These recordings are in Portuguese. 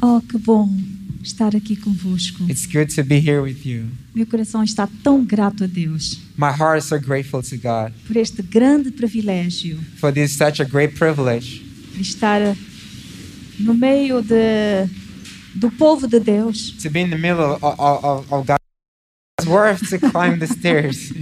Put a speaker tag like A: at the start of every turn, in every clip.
A: Oh, que bom estar aqui convosco.
B: It's good to be here with you.
A: Meu coração está tão grato a Deus
B: My heart is so grateful to God
A: por este grande privilégio
B: for this such a great privilege
A: de estar eh, no meio de, do povo de Deus.
B: to be in the middle of, of, of, of God's worth to climb the stairs.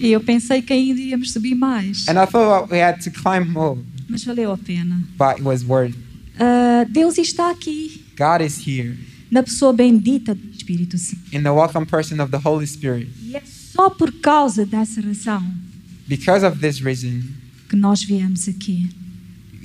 A: E eu pensei que ainda íamos subir mais,
B: And I thought we had to climb more,
A: mas valeu a pena.
B: but it was worth.
A: Ah, Deus está aqui
B: God is here
A: na pessoa bendita do Espírito Santo.
B: in the welcome person of the Holy Spirit.
A: E é só por causa dessa razão
B: Because of this reason
A: que nós viemos aqui,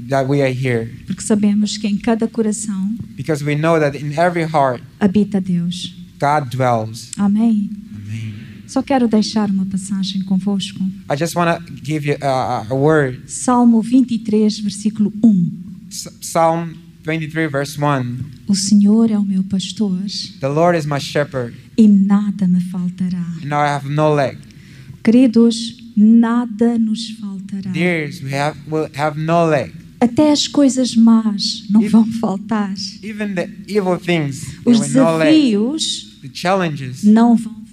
B: that we are here,
A: porque sabemos que em cada coração
B: because we know that in every heart
A: habita Deus.
B: God dwells.
A: Amém.
B: Amen.
A: Só quero deixar uma passagem convosco.
B: I just want to give you a, a word.
A: Salmo 23, versículo 1.
B: S- Psalm 23, verse 1.
A: O Senhor é o meu pastor
B: The Lord is my shepherd,
A: e nada me faltará.
B: and I have no lack.
A: Mm-hmm. Queridos, nada nos faltará.
B: Dears, we have will have no lack.
A: Até as coisas más não
B: E-
A: vão faltar.
B: Even the evil things, they
A: Os
B: will no lack.
A: desafios
B: The challenges,
A: não vão faltar.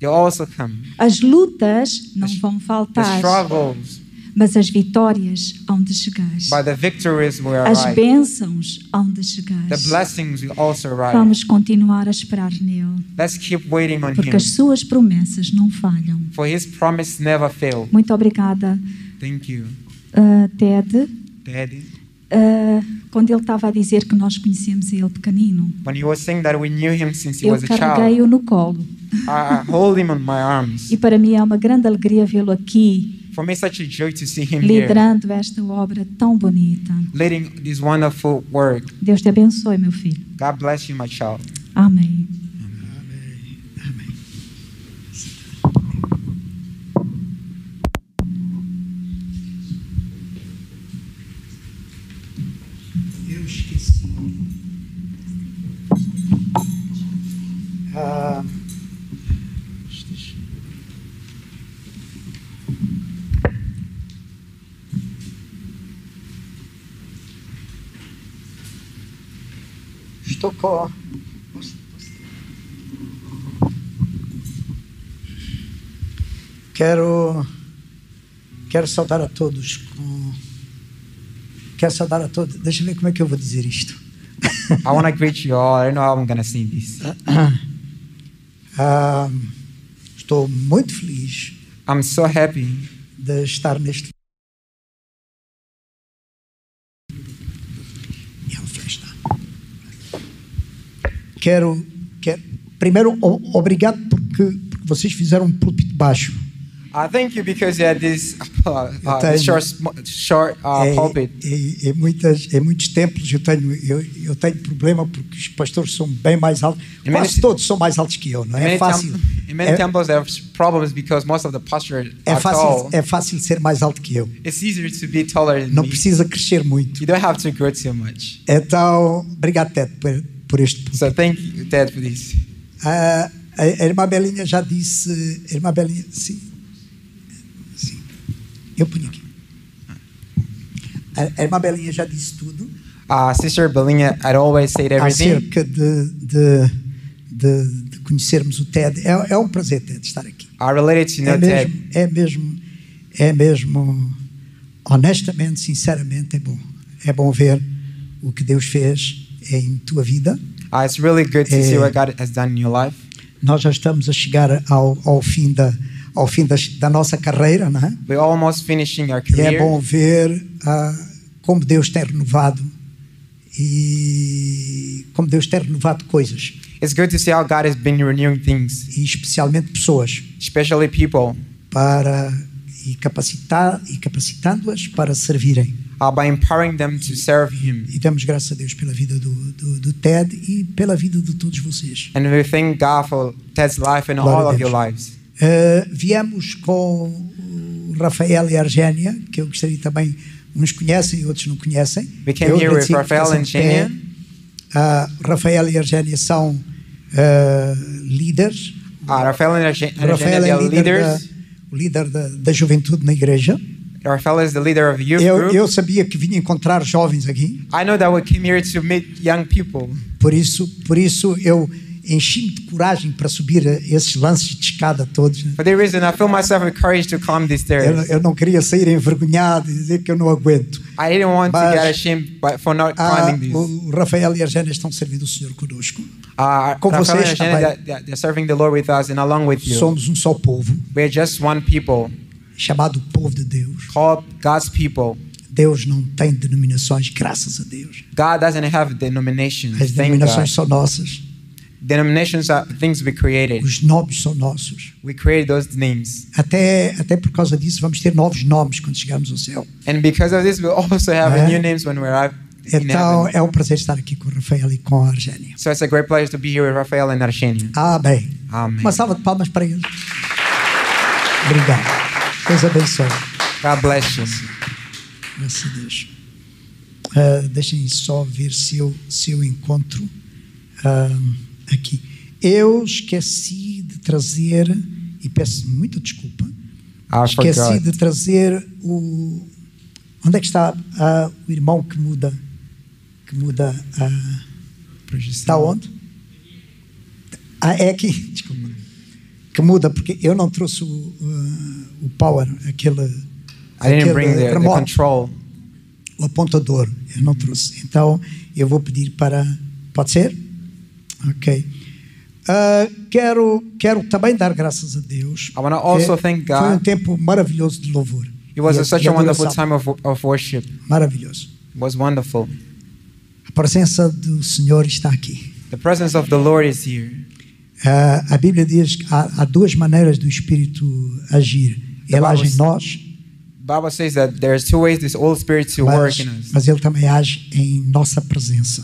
B: they'll also come.
A: As lutas não
B: As-
A: vão
B: The
A: faltar.
B: struggles,
A: Mas as vitórias hão de chegar.
B: by the victories will
A: As
B: arrive.
A: bênçãos hão de chegar.
B: The blessings will also arrive.
A: Vamos continuar a esperar nele.
B: Let's keep waiting on
A: porque
B: Him,
A: as suas promessas não falham.
B: for His promise never fails.
A: Muito obrigada,
B: Thank you,
A: ah, Ted.
B: Daddy.
A: Ah, quando ele estava a dizer que nós conhecemos ele pequenino,
B: When you were saying that we knew Him since He
A: eu
B: was a child,
A: carreguei-o no colo.
B: I, I hold Him on my arms.
A: E para mim é uma grande alegria vê-lo aqui,
B: For me, it's such a joy to see Him here,
A: liderando esta obra tão bonita.
B: leading this wonderful work.
A: Deus te abençoe, meu filho.
B: God bless you, my child.
A: Amém.
C: Eu esqueci. Ah, estou com. Quero, quero saudar a todos com Quero saudar a todos. Deixa eu ver como é que eu vou dizer isto.
B: I want to greet you all. I don't know how I'm going to sing this.
C: Ah, estou muito feliz
B: I'm so happy
C: de estar neste. É um flash, tá? Quero, quero. Primeiro, o- obrigado porque, porque vocês fizeram um púlpito baixo.
B: I Uh, thank you because you had this, uh, uh, this
C: Thank you.
B: short, sm- short uh,
C: Eh,
B: pulpit.
C: É, é, é muitas, em muitos templos eu tenho, eu, eu tenho problema porque os pastores são bem mais altos.
B: Em
C: Quase
B: many-
C: todos são mais altos que eu, não
B: In
C: é
B: many,
C: eh, fácil.
B: tem- in many
C: É-
B: temples, there are problems because most of the posture
C: É
B: are
C: eh, fácil,
B: tall.
C: é fácil ser mais alto que eu.
B: It's easier to be taller than
C: Não
B: me.
C: precisa crescer muito.
B: You don't have to grow too much.
C: Então, obrigado, Ted, por, por este. ponto.
B: So thank you, Dad, for this.
C: A, Ah, a a irmã Belinha já disse. A irmã Belinha, sim. Sim. Eu ponho aqui. A, a irmã Belinha já disse tudo
B: Uh, Sister Belinha, I'd always said everything
C: acerca de, de, de, de conhecermos o Ted. É, é um prazer, Ted, estar aqui.
B: I related to no
C: É
B: Ted.
C: mesmo, é mesmo, é mesmo, honestamente, sinceramente, é bom. É bom ver o que Deus fez em tua vida.
B: Uh, it's really good to see
C: É.
B: what God has done in your life.
C: Nós já estamos a chegar ao, ao fim da ao fim das- da, nossa carreira, não é?
B: We're almost finishing our
C: E é
B: career.
C: bom ver ah, como Deus tem renovado e como Deus tem renovado coisas,
B: It's good to see how God has been renewing things,
C: e especialmente pessoas,
B: especially people,
C: para e capacitar e capacitando-as para servirem.
B: uh, by empowering them to serve Him.
C: E damos graças a Deus pela vida do, do, do Ted e pela vida de todos vocês.
B: And we thank God for Ted's life and
C: Glória
B: all
C: a
B: of
C: Deus.
B: your lives.
C: Eh, viemos com o Rafael e a Argénia, que eu gostaria também, uns conhecem e outros não conhecem.
B: We came
C: Eu
B: here with
C: agradeci que
B: Rafael
C: ficassem
B: and
C: de pé.
B: Argénia.
C: Ah, Rafael e a Argénia são eh, líderes.
B: Uh, Rafael and Arge-
C: Rafael
B: Argenia, they
C: é
B: are
C: líder, da,
B: leaders.
C: o líder da, da juventude na igreja.
B: Our fellow is the leader of youth
C: Eu,
B: group.
C: eu sabia que vinha encontrar jovens aqui,
B: I know that we came here to meet young people.
C: por isso, por isso eu enchi-me de coragem para subir eh, esses lances de escada todos. né?
B: For that reason, I feel myself encouraged to climb these
C: Eu,
B: stairs.
C: eu não queria sair envergonhado e dizer que eu não aguento.
B: I didn't want
C: Mas-
B: to get ashamed by, for not
C: Ah,
B: climbing these.
C: o Rafael e a Jana estão servindo o Senhor conosco.
B: Uh,
C: com
B: Rafael
C: vocês
B: and Shannon,
C: também.
B: that- that they're serving the Lord with us and along with you.
C: Somos um só povo,
B: We're just one people,
C: chamado povo de Deus.
B: called God's people.
C: Deus não tem denominações, graças a Deus.
B: God doesn't have denominations. Thank
C: As
B: God.
C: denominações são nossas,
B: Denominations are things we created.
C: os nomes são nossos.
B: We created those names.
C: Até, até por causa disso, vamos ter novos nomes quando chegarmos ao céu.
B: And because of this, we also have
C: É.
B: new names when we arrive in
C: Então,
B: heaven.
C: é um prazer estar aqui com o Rafael e com a Argénia.
B: So it's a great pleasure to be here with Rafael and Arshenia.
C: Amém.
B: Amém.
C: Uma salva de palmas para eles. Obrigado. Deus abençoe.
B: God bless you.
C: Graças a Deus. Ah, deixem só ver se eu, se eu encontro ah, aqui. Eu esqueci de trazer, e peço muita desculpa,
B: I
C: esqueci
B: forgot.
C: de trazer o. Onde é que está ah, o irmão que muda? Que muda. ah, está onde? Ah, é aqui, desculpa. Que muda, porque eu não trouxe o, ah, o power, aquele.
B: I didn't
C: aquele
B: bring the, the
C: remoto
B: control.
C: o apontador, eu não trouxe. Então, eu vou pedir para. Pode ser? Ok. Ah, quero, quero também dar graças a Deus.
B: I wanna also thank God.
C: Foi um tempo maravilhoso de louvor.
B: It was
C: E-
B: such
C: e
B: a wonderful
C: adoração.
B: time of, of worship.
C: Maravilhoso.
B: It was wonderful.
C: A presença do Senhor está aqui.
B: The presence of the Lord is here.
C: Ah, a Bíblia diz que há, há duas maneiras do Espírito agir. Ele
B: Bible
C: age em
B: says-
C: nós,
B: Bible says that there's two ways this Holy Spirit to
C: mas,
B: work in us.
C: mas ele também age em nossa presença.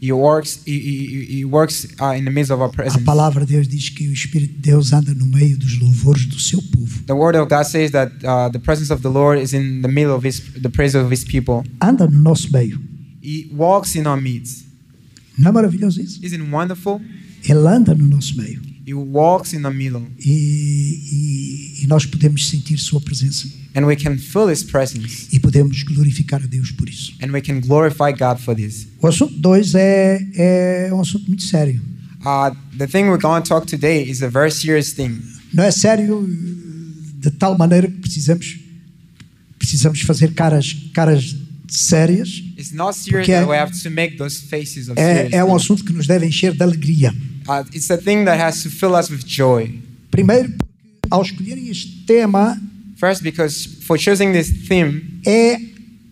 B: He works. He, he, he- he works uh, in the midst of our
C: A
B: presence.
C: palavra de Deus diz que o Espírito de Deus anda no meio dos louvores do seu povo.
B: The Word of God says that uh, the presence of the Lord is in the middle of His, the praise of His people.
C: anda no nosso meio.
B: He walks in our midst.
C: Não é maravilhoso isso?
B: Isn't it wonderful?
C: Ele anda no nosso meio.
B: He walks in the middle,
C: E, e- e nós podemos sentir Sua presença.
B: and we can feel His presence,
C: E podemos glorificar a Deus por isso.
B: and we can glorify God for this.
C: O assunto 2 é, é um assunto muito sério.
B: Uh, the thing we're going to talk today is a very serious thing.
C: Não é sério eh, de tal maneira que precisamos, precisamos fazer caras, caras sérias.
B: It's not serious
C: Porque é-
B: that we have to make those faces of
C: É,
B: seriousness.
C: é um assunto que nos deve encher de alegria.
B: uh, it's a thing that has to fill us with joy.
C: Primeiro, porque ao escolherem este tema,
B: First, because for choosing this theme,
C: é,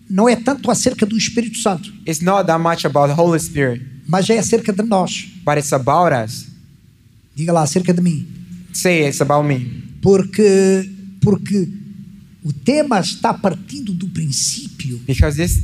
C: não é tanto acerca do Espírito Santo,
B: it's not that much about the Holy Spirit,
C: mas é acerca de nós.
B: but it's about us.
C: diga lá acerca de mim,
B: Say it's about me.
C: porque porque o tema está partindo do princípio
B: Because this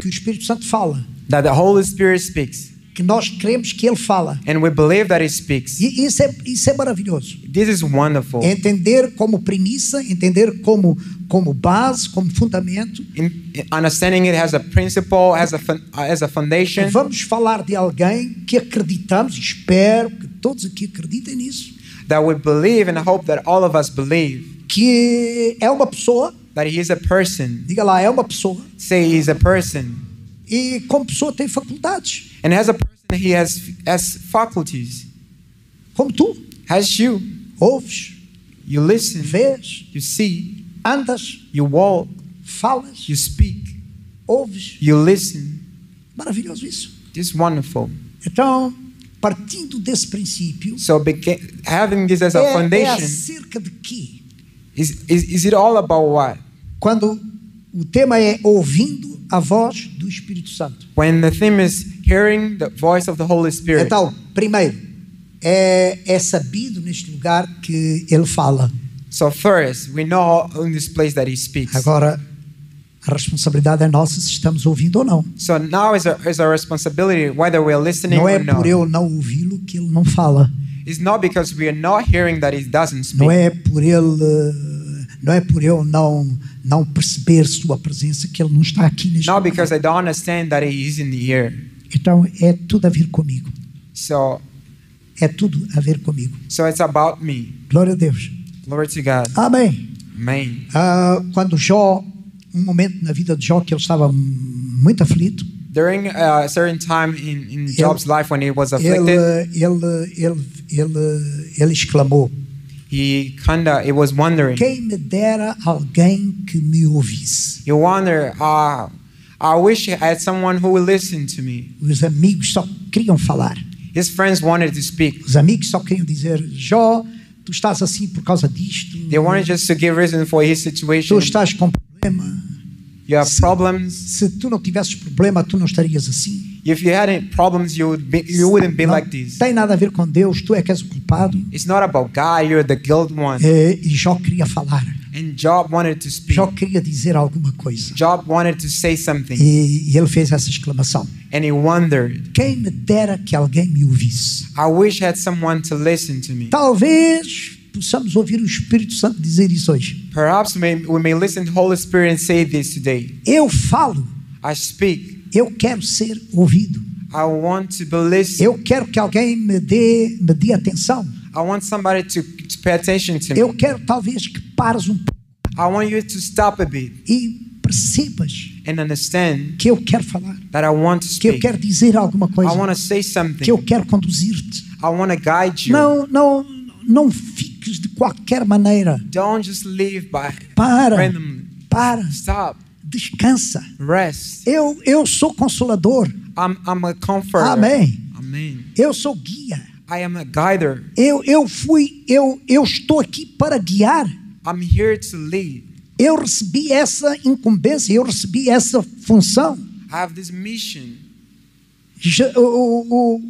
C: que o Espírito Santo fala,
B: that the Holy Spirit speaks,
C: que nós queremos que ele fala.
B: and we believe that He speaks.
C: E isso é isso é maravilhoso.
B: This is wonderful.
C: É entender como premissa, entender como como base, como fundamento.
B: In, in understanding it has a principle, has a fun, uh, has a foundation.
C: Vamos falar de alguém que acreditamos, espero que todos aqui acreditem nisso,
B: That we believe and hope that all of us believe
C: que é uma pessoa,
B: that He is a person.
C: diga lá, é uma pessoa
B: Say He is a person,
C: e como pessoa tem faculdades,
B: and as a person He has has faculties.
C: como tu,
B: Has you,
C: ouves,
B: you listen,
C: vês,
B: you see,
C: andas,
B: you walk,
C: falas,
B: you speak,
C: ouves.
B: you listen.
C: Maravilhoso isso.
B: This is wonderful.
C: Então, partindo desse princípio,
B: So beca- having this as a
C: é, é
B: foundation.
C: acerca de quê?
B: Is, is, is it all about what?
C: Quando o tema é ouvindo a voz do Espírito Santo.
B: When the theme is hearing the voice of the Holy Spirit.
C: Então, primeiro, é, é sabido neste lugar que ele fala.
B: So first, we know in this place that He speaks.
C: Agora, a responsabilidade é nossa se estamos ouvindo ou não.
B: So now is our, is our responsibility whether we're listening
C: Não é
B: or not.
C: por eu não ouvi-lo que ele não fala.
B: It's not because we are not hearing that He doesn't speak.
C: Não é por ele, eh, não é por eu não não perceber sua presença que ele não está aqui neste
B: Not
C: lugar.
B: because I don't understand that He is in the ear.
C: Então é tudo a ver comigo.
B: So,
C: É tudo a ver comigo.
B: so it's about me.
C: Glória a Deus.
B: Glory to God.
C: Amém.
B: Amém.
C: Ah, quando Jó, um momento na vida de Jó que ele estava muito aflito,
B: During uh, a certain time in, in Job's life when he was
C: ele,
B: afflicted,
C: ele, ele, ele, ele exclamou:
B: he kinda he was wondering.
C: Quem me dera alguém que me ouvisse?
B: You wonder, ah, I wish I had someone who would listen to me.
C: Os amigos só queriam falar.
B: His friends wanted to speak.
C: Os amigos só queriam dizer: Jó, tu estás assim por causa disto.
B: They wanted just to give reason for his
C: Tu
B: situation.
C: estás com problema.
B: You have problems.
C: Se tu não tivesses problema, tu não estarias assim.
B: If you hadn't problems, you would be, you wouldn't be
C: não
B: like this.
C: tem nada a ver com Deus. Tu é que és o culpado.
B: It's not about God. You're the guilt one.
C: É, e Jó queria falar.
B: And Job wanted to speak.
C: Jó queria dizer alguma coisa.
B: Job wanted to say something,
C: E, e ele fez essa exclamação:
B: and he wondered.
C: Quem me dera que alguém me ouvisse?
B: I wish I had someone to listen to me.
C: Talvez possamos ouvir o Espírito Santo dizer isso hoje.
B: Perhaps may, we may listen to Holy Spirit and say this today.
C: Eu falo,
B: I speak.
C: eu quero ser ouvido.
B: I want to be listened.
C: Eu quero que alguém me dê, me dê atenção.
B: I want somebody to, to pay attention to me.
C: Eu quero talvez que pares um pouco
B: I want you to stop a bit
C: e percebas
B: and understand
C: que eu quero falar,
B: that I want to
C: que eu
B: speak.
C: quero dizer alguma
B: I
C: coisa,
B: want to say
C: que eu
B: something.
C: quero conduzir-te.
B: I want to guide you.
C: Não, não, não fiques de qualquer maneira.
B: Don't just leave by
C: Para,
B: randomly.
C: para,
B: Stop.
C: descansa.
B: Rest.
C: Eu, eu sou consolador.
B: I'm, I'm a comforter.
C: Amém.
B: Amen.
C: Eu sou guia.
B: I am a guider.
C: Eu, eu fui, eu, eu estou aqui para guiar.
B: I'm here to lead.
C: Eu recebi essa incumbência, eu recebi essa função.
B: I have this mission.
C: Je- o- o- o-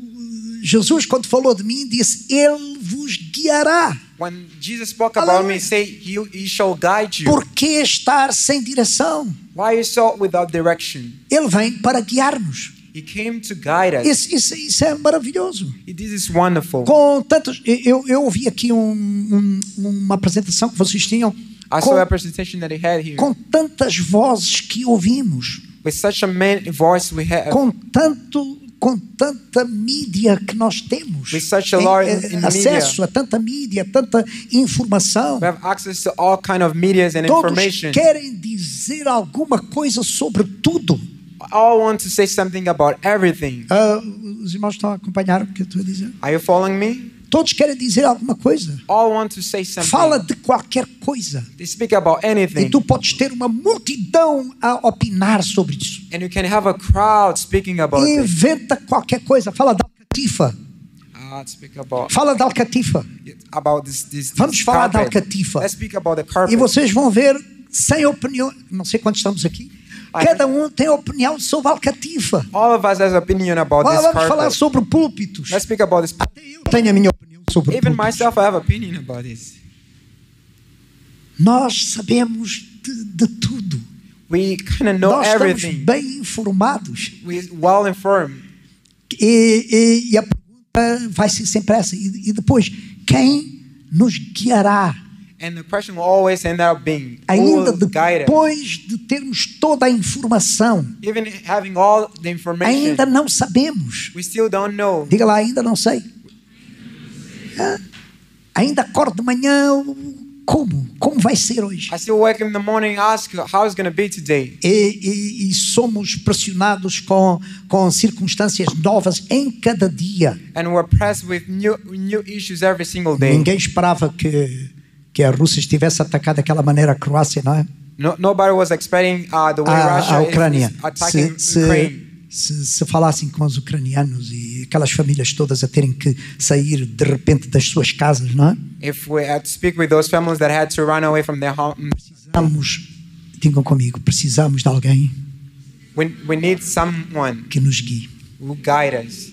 C: Jesus, quando falou de mim, disse: Ele vos guiará.
B: When Jesus spoke about me,
C: Hallelujah.
B: say he, he shall guide you.
C: Por que estar sem direção?
B: Why you sought without direction?
C: Ele vem para guiar-nos.
B: He came to guide us.
C: Isso, isso, isso é maravilhoso.
B: This is wonderful.
C: Com tantos, eu, eu ouvi aqui um- um- uma apresentação que vocês tinham
B: I saw a
C: com,
B: presentation that he had here.
C: com tantas vozes que ouvimos,
B: With such a man voice we have.
C: com tanto com tanta mídia que nós temos,
B: With such a large
C: Eh, eh,
B: in- in
C: acesso a tanta mídia, tanta informação.
B: We have access to all kind of medias and
C: Todos
B: information.
C: querem dizer alguma coisa sobre tudo.
B: All want to say something about everything.
C: Ah, os irmãos estão a acompanhar o que eu estou a dizer.
B: Are you following me?
C: Todos querem dizer alguma coisa.
B: All want to say something.
C: Fala de qualquer coisa.
B: They speak about
C: E
B: anything.
C: tu podes ter uma multidão a opinar sobre isso.
B: And you can have a crowd speaking about it.
C: Inventa qualquer coisa. Fala da alcatifa.
B: Ah, speak about
C: Fala da alcatifa.
B: about this this, this
C: Vamos falar da
B: carpet.
C: alcatifa.
B: Let's speak about the carpet.
C: E vocês vão ver, sem opinião, não sei quantos estamos aqui,
B: Ai.
C: cada um tem opinião sobre a alcatifa.
B: All of us has opinion about
C: Ah,
B: this
C: Vamos
B: carpet.
C: falar sobre púlpitos.
B: Let's speak about this.
C: Até eu tenho a minha opinião sobre
B: Even
C: púlpitos.
B: myself, I have opinion about this.
C: Nós sabemos de, de tudo.
B: We kind of know
C: Nós estamos
B: everything.
C: bem informados.
B: We're well informed.
C: E, e- e a pergunta vai ser sempre essa. E, e depois, quem nos guiará?
B: And the question will always end up being, who
C: Ainda
B: will guide us?
C: depois de termos toda a informação,
B: Even having all the information,
C: ainda não sabemos.
B: we still don't know.
C: Diga lá, ainda não sei. Hã? Ainda acordo de manhã, como? Como vai ser hoje?
B: I still wake up in the morning and ask how it's going to be today.
C: E, e- e somos pressionados com, com circunstâncias novas em cada dia.
B: And we're pressed with new new issues every single day.
C: Ninguém esperava que, que a Rússia estivesse atacada daquela maneira a Croácia, não é?
B: No, nobody was expecting uh, the way
C: A,
B: Russia
C: a
B: is-
C: Ucrânia.
B: is
C: Se,
B: attacking
C: se,
B: Ukraine.
C: se, se falassem com os ucranianos e aquelas famílias todas a terem que sair de repente das suas casas, não é?
B: If we had to speak with those families that had to run away from their home,
C: Precisamos, digam comigo, precisamos de alguém
B: we, we need someone
C: que nos guie.
B: who guide us.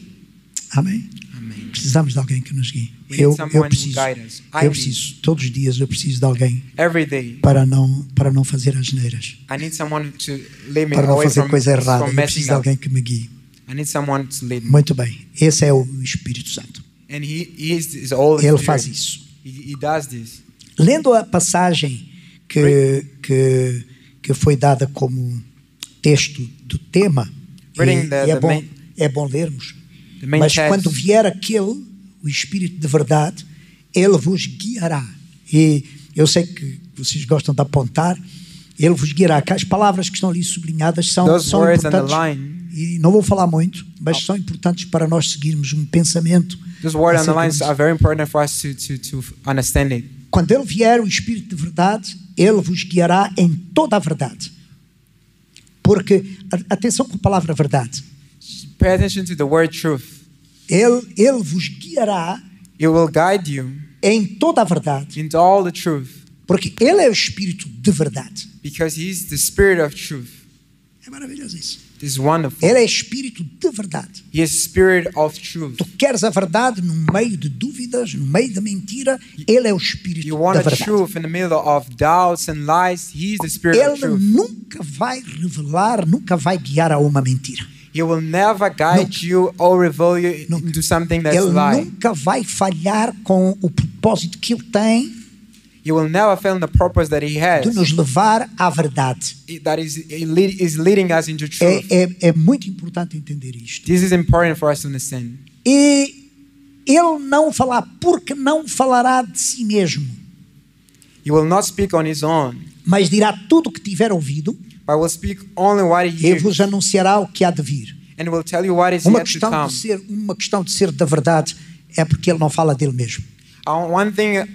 C: Amém?
B: Amém.
C: Precisamos de alguém que nos guie.
B: We need
C: Eu,
B: someone
C: eu
B: who
C: preciso.
B: guide us. I
C: Eu
B: need.
C: preciso. Todos os dias eu preciso de alguém
B: Every day,
C: para não, para não fazer asneiras.
B: I need someone to lead me
C: Para não
B: away
C: fazer
B: from,
C: coisa errada. Eu
B: from
C: preciso
B: messing
C: de
B: up.
C: alguém que me guie.
B: I need someone to lead me.
C: Muito bem. Esse é o Espírito Santo.
B: And he, he is, is all
C: Ele faz isso.
B: He, he does this.
C: Lendo a passagem que, que, que foi dada como texto do tema, e,
B: Reading the-
C: e é,
B: the
C: bom,
B: main-
C: é bom lermos,
B: The main
C: mas
B: text.
C: quando vier aquele, o Espírito de verdade, ele vos guiará E eu sei que vocês gostam de apontar. Ele vos guiará. Que As palavras que estão ali sublinhadas são,
B: Those
C: são
B: words on the
C: importantes.
B: line,
C: E não vou falar muito, mas são importantes para nós seguirmos um pensamento.
B: those words on the
C: acerca
B: lines
C: disso.
B: are very important for us to, to, to understand it.
C: Quando ele vier o Espírito de verdade, ele vos guiará em toda a verdade. Porque, a- atenção com a palavra verdade.
B: Pay attention to the word truth.
C: Ele, ele vos guiará
B: It will guide you
C: em toda a verdade.
B: into all the truth
C: Porque ele é o Espírito de verdade.
B: because he's the spirit of truth.
C: É maravilhoso isso.
B: This is wonderful.
C: Ele é Espírito de verdade.
B: He is spirit of truth.
C: Tu queres a verdade no meio de dúvidas, no meio da mentira, ele é o Espírito
B: You want
C: da
B: the
C: verdade.
B: truth in the middle of doubts and lies. He's the spirit of
C: Ele
B: truth.
C: nunca vai revelar, nunca vai guiar a uma mentira.
B: He will never guide you or reveal you
C: Nunca.
B: into something that's
C: Ele
B: a lie.
C: nunca vai falhar com o propósito que ele tem
B: He will never fail in the purpose that he has.
C: de nos levar à verdade.
B: That is, it lead- is leading us into truth.
C: É, é- é muito importante entender isto.
B: This is important for us to understand.
C: E ele não falar, porque não falará de si mesmo,
B: He will not speak on his own,
C: mas dirá tudo o que tiver ouvido
B: but will speak only what he
C: e
B: hears
C: vos anunciará o que há de vir.
B: and will tell you what is
C: Uma
B: yet to
C: questão
B: come.
C: de ser, uma questão de ser da verdade é porque ele não fala dele mesmo.
B: Uh, One thing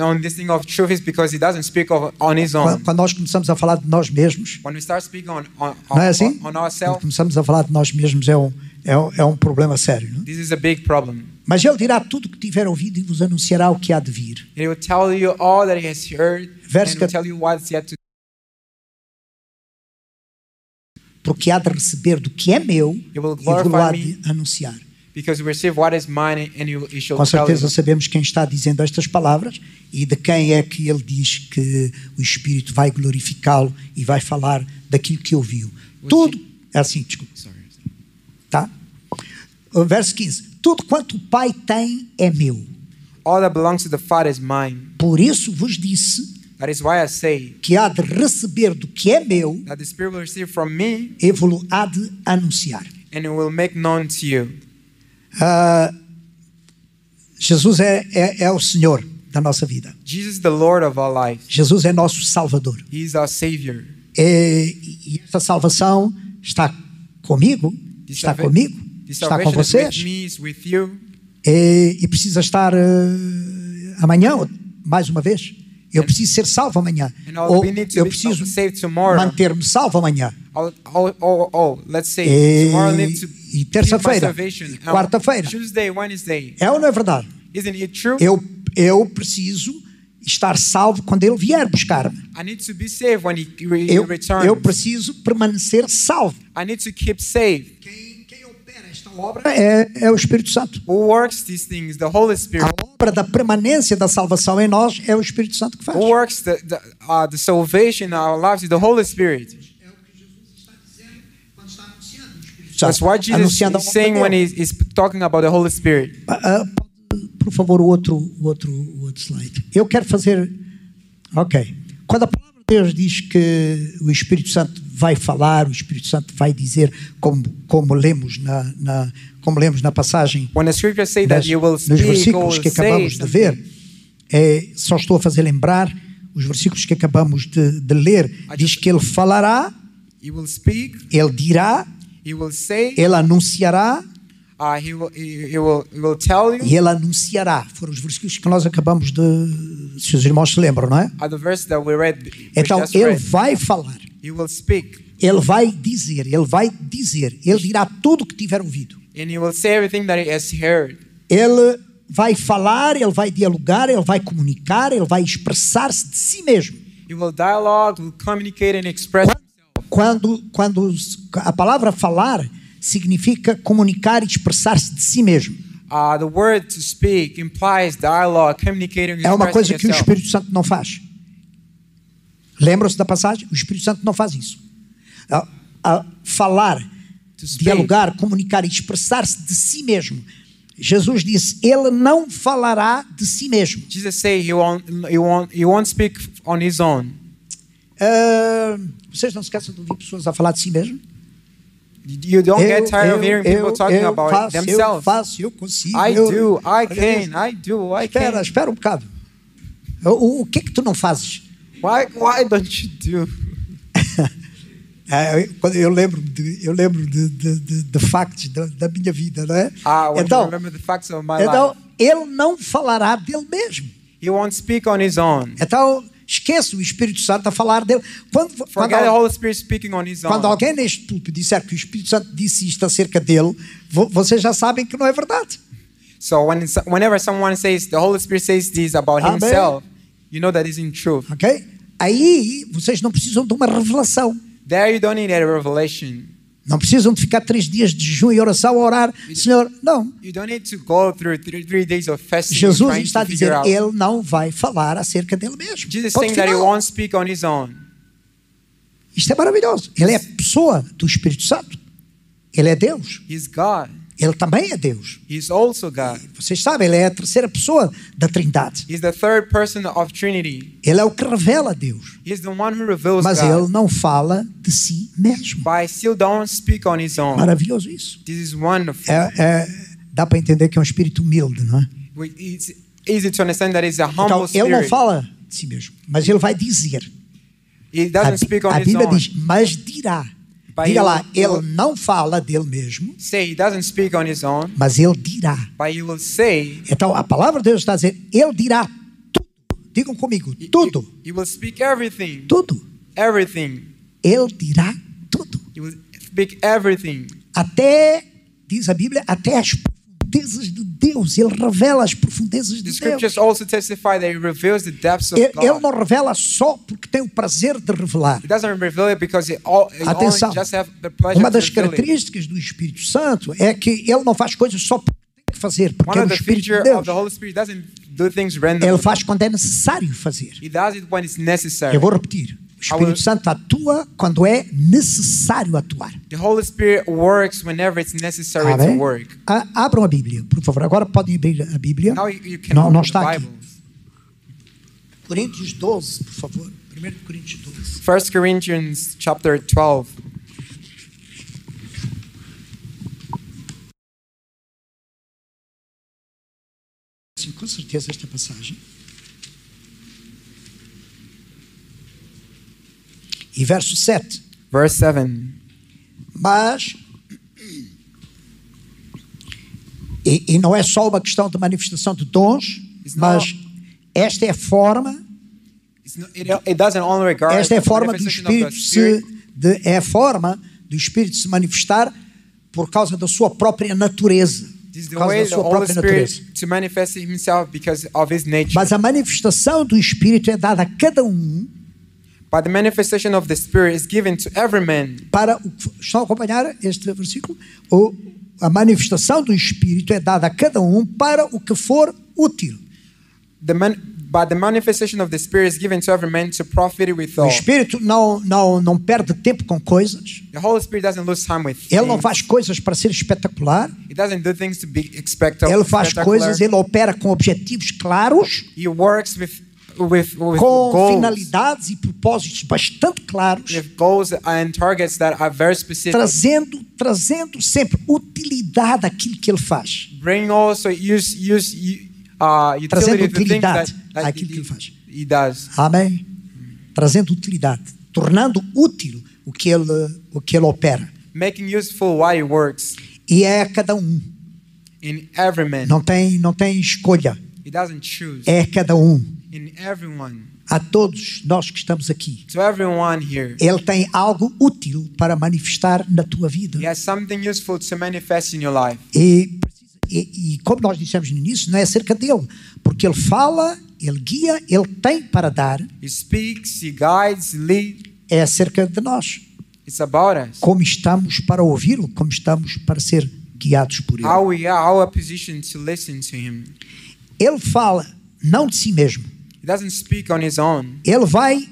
B: on this thing of truth is because he doesn't speak of, on his
C: Quan-
B: own.
C: Quando nós começamos a falar de nós mesmos,
B: When we start speaking on, on,
C: não é
B: on,
C: assim?
B: on
C: Quando
B: ourselves,
C: começamos a falar de nós mesmos é um, é um, é um problema sério. Não? é?
B: this is a big problem.
C: Mas ele dirá tudo o que tiver ouvido e vos anunciará o que há de vir.
B: He will tell you all that he has heard
C: Verse
B: and will
C: cat-
B: tell you what's yet to
C: Porque há de receber do que é meu e
B: You will
C: vou há
B: glorify
C: de anunciar.
B: because you receive what is mine and you, you shall
C: Com
B: tell you.
C: certeza sabemos quem está dizendo estas palavras e de quem é que ele diz que o Espírito vai glorificá-lo e vai falar daquilo que ouviu. Tudo, é assim, desculpa.
B: Sorry.
C: Tá? O verso 15. Tudo quanto o Pai tem é meu.
B: All that belongs to the Father is mine.
C: Por isso vos disse
B: That is why I say
C: que há de receber do que é meu
B: that the Spirit will receive from me
C: e vos há de anunciar.
B: and it will make known to you.
C: Ah, Jesus é, é, é o Senhor da nossa vida.
B: Jesus is the Lord of our life.
C: Jesus é nosso Salvador.
B: He is our Savior.
C: E, e esta salvação está comigo,
B: This
C: está
B: salva-
C: comigo,
B: this
C: está com
B: salvation is with
C: vocês.
B: me, is with you.
C: E, e precisa estar eh, amanhã, ou- mais uma vez. Eu preciso ser salvo amanhã.
B: É. And I'll
C: Ou
B: be need to
C: eu
B: be
C: preciso
B: saved tomorrow.
C: manter-me salvo amanhã.
B: Oh, oh, oh, oh, let's say
C: E-
B: tomorrow I need to
C: e
B: keep my
C: terça-feira,
B: salvation.
C: e quarta-feira.
B: Tuesday, Wednesday.
C: É ou não é verdade?
B: Isn't it true?
C: Eu, eu preciso estar salvo quando ele vier buscar-me.
B: I need to be saved when he, re-
C: Eu,
B: returns.
C: eu preciso permanecer salvo.
B: I need to keep saved.
C: Quem, opera esta obra é, é o Espírito Santo.
B: Who works these things? The Holy Spirit.
C: A obra da permanência da salvação em nós é o Espírito Santo que faz.
B: Who works the, the, uh, the salvation in our lives is the Holy Spirit.
C: É o que Jesus está dizendo quando está anunciando.
B: That's what Jesus is saying when he's, he's talking about the Holy Spirit.
C: Ah, Por favor, o outro, o outro, o outro slide. Eu quero fazer. Ok. Quando a palavra de Deus diz que o Espírito Santo vai falar, o Espírito Santo vai dizer, como, como, lemos, na, na, como lemos na passagem
B: When the scriptures say that
C: das,
B: you will
C: nos
B: speak or
C: versículos
B: will
C: que
B: say,
C: acabamos de ver, é, só estou a fazer lembrar os versículos que acabamos de, de ler. Diz que ele falará,
B: he will speak,
C: ele dirá,
B: he will say,
C: ele anunciará
B: uh, he, will, he, he will, he will tell you.
C: e ele anunciará. Foram os versículos que nós acabamos de. Se os irmãos se lembram, não é?
B: Are the verse that we read, we
C: Então
B: just
C: ele
B: read.
C: vai falar,
B: He will speak
C: ele vai dizer, ele vai dizer, ele dirá tudo o que tiver ouvido.
B: and he will say everything that he has heard.
C: Ele vai falar, ele vai dialogar, ele vai comunicar, ele vai expressar-se de si mesmo.
B: He will dialogue, will communicate and express.
C: Quando, quando os- a palavra falar significa comunicar e expressar-se de si mesmo.
B: Uh, the word to speak implies dialogue, communicating,
C: É uma
B: expressing
C: coisa que o
B: yourself.
C: Espírito Santo não faz. Lembram-se da passagem? O Espírito Santo não faz isso. A- a falar,
B: To speak.
C: dialogar, comunicar e expressar-se de si mesmo. Jesus disse: Ele não falará de si mesmo.
B: Jesus say he won't, he won't, he won't speak on his own.
C: Ah, vocês não se cansam de ouvir pessoas a falar de si mesmo?
B: You don't get tired of hearing people talking
C: eu
B: about
C: faço, Eu
B: themselves.
C: faço, eu consigo.
B: I
C: eu-
B: do, I
C: Olha isso.
B: can, I do, I
C: Espera,
B: can.
C: espera um bocado. O, o que que tu não fazes?
B: Why, why don't you do?
C: É, eu- quando eu lembro, de, eu lembro de, de, de, de factos da, da minha vida, né?
B: Ah, when you
C: então,
B: remember the facts of my
C: então
B: life.
C: ele não falará dele mesmo.
B: He won't speak on his own.
C: Então esqueça o Espírito Santo a falar dele. Quando, quando,
B: Forget the
C: al-
B: Holy Spirit speaking on his
C: quando
B: own.
C: alguém neste púlpito disser que o Espírito Santo disse isto acerca dele, vo- vocês já sabem que não é verdade.
B: So when, it's- whenever someone says the Holy Spirit says this about
C: Amen.
B: himself, you know that isn't true.
C: Ok? Aí vocês não precisam de uma revelação.
B: There you don't need a revelation.
C: Não precisam de ficar três dias de jejum e oração a orar. Senhor, não.
B: You don't need to go through three, three days of fasting and
C: Jesus
B: trying
C: está a
B: to
C: dizer,
B: figure out.
C: ele não vai falar acerca dele mesmo.
B: Jesus
C: Ponto
B: saying that he
C: final.
B: won't speak on his own.
C: Isto é maravilhoso. Ele é a pessoa do Espírito Santo. Ele é Deus.
B: He's God.
C: Ele também é Deus.
B: He's also God.
C: Vocês sabem, ele é a terceira pessoa da Trindade.
B: He's the third person of Trinity.
C: Ele é o que revela a Deus.
B: He's the one who reveals
C: Mas
B: God.
C: ele não fala de si mesmo.
B: But he still don't speak on his own.
C: Maravilhoso isso.
B: This is wonderful.
C: É- é- dá para entender que é um espírito humilde, não é?
B: We- It's easy to understand that he's a humble
C: Então, ele não
B: spirit.
C: fala de si mesmo, mas ele vai dizer.
B: He
C: A,
B: doesn't
C: Bí-
B: speak on
C: a
B: his
C: Bíblia
B: own.
C: diz, mas dirá.
B: But
C: Diga
B: he
C: lá,
B: will-
C: ele não fala dele mesmo,
B: Say he doesn't speak on his own,
C: mas ele dirá.
B: but he will say
C: Então, a palavra de Deus está a dizer, ele dirá tudo. Digam comigo,
B: He-
C: tudo,
B: He, he will speak everything.
C: tudo.
B: Everything.
C: Ele dirá tudo.
B: He will speak everything.
C: Até, diz a Bíblia, até as profundezas de Deus. Ele revela as profundezas
B: The
C: de Deus.
B: scriptures also testify that he reveals the depths of
C: Ele, ele
B: God.
C: não revela só porque tem o prazer de revelar.
B: He doesn't reveal it because he, all, he only
C: Atenção.
B: just have the pleasure
C: Uma
B: to
C: das
B: reveal it.
C: características do Espírito Santo é que ele não faz coisas só porque tem que fazer, porque
B: One
C: é o
B: of the
C: Espírito de
B: features
C: Deus.
B: of the Holy Spirit doesn't do things randomly.
C: Ele faz quando é necessário fazer.
B: He does it when it's necessary.
C: Eu vou repetir. O Espírito Santo atua quando é necessário atuar.
B: The Holy Spirit works whenever it's necessary to
C: Amém?
B: work.
C: A- Ah, abram a Bíblia, por favor. Agora podem abrir a Bíblia.
B: Now you, you can
C: Não,
B: open
C: não
B: the
C: está aqui.
B: Bible.
C: Coríntios 12, por favor. 1 Coríntios 12.
B: 1 Corinthians chapter 12.
C: Sim, com certeza esta passagem. E verso 7.
B: Verse 7.
C: Mas. E, e não é só uma questão de manifestação de dons,
B: It's
C: mas esta é a forma,
B: It's not, it, it doesn't only regard
C: esta é a
B: the
C: forma do
B: manifestation of the
C: Espírito se, de, é a forma do Espírito se manifestar por causa da sua própria natureza,
B: This is the
C: por causa
B: way
C: da
B: the
C: sua
B: Holy
C: própria
B: Spirit
C: natureza.
B: to manifest Himself because of His nature.
C: Mas a manifestação do Espírito é dada a cada um
B: But the manifestation of the Spirit is given to every man.
C: para o que estão a acompanhar este versículo? O, a manifestação do Espírito é dada a cada um para o que for útil.
B: The man, but the manifestation of the Spirit is given to every man to profit it
C: O
B: withal.
C: Espírito não, não, não perde tempo com coisas.
B: The Holy Spirit doesn't lose time with
C: Ele não
B: things.
C: faz coisas para ser espetacular.
B: He doesn't do things to be expected.
C: Ele faz coisas, ele opera com objetivos claros,
B: He works with with with
C: com
B: goals,
C: finalidades e propósitos bastante claros,
B: with goals and targets that are very specific.
C: trazendo, trazendo sempre utilidade àquilo que ele faz.
B: Bring also use use uh, utility to things that,
C: utilidade
B: that
C: àquilo que
B: he,
C: ele faz.
B: he does.
C: Amém? Trazendo utilidade, tornando útil o que ele, o que ele opera.
B: making useful why it works
C: E é a cada um.
B: in every man.
C: Não tem, não tem escolha.
B: He doesn't choose
C: É a cada um.
B: in everyone.
C: A todos nós que estamos aqui.
B: To everyone here,
C: Ele tem algo útil para manifestar na tua vida.
B: he has something useful to manifest in your life.
C: E, precisa- e- e como nós dissemos no início, não é acerca dele. Porque ele fala, ele guia, ele tem para dar.
B: He speaks, he guides, he leads.
C: É acerca de nós.
B: It's about us.
C: Como estamos para ouvi-lo, como estamos para ser guiados por ele.
B: How we are, our position to listen to him.
C: Ele fala não de si mesmo.
B: He doesn't speak on his own.
C: Ele vai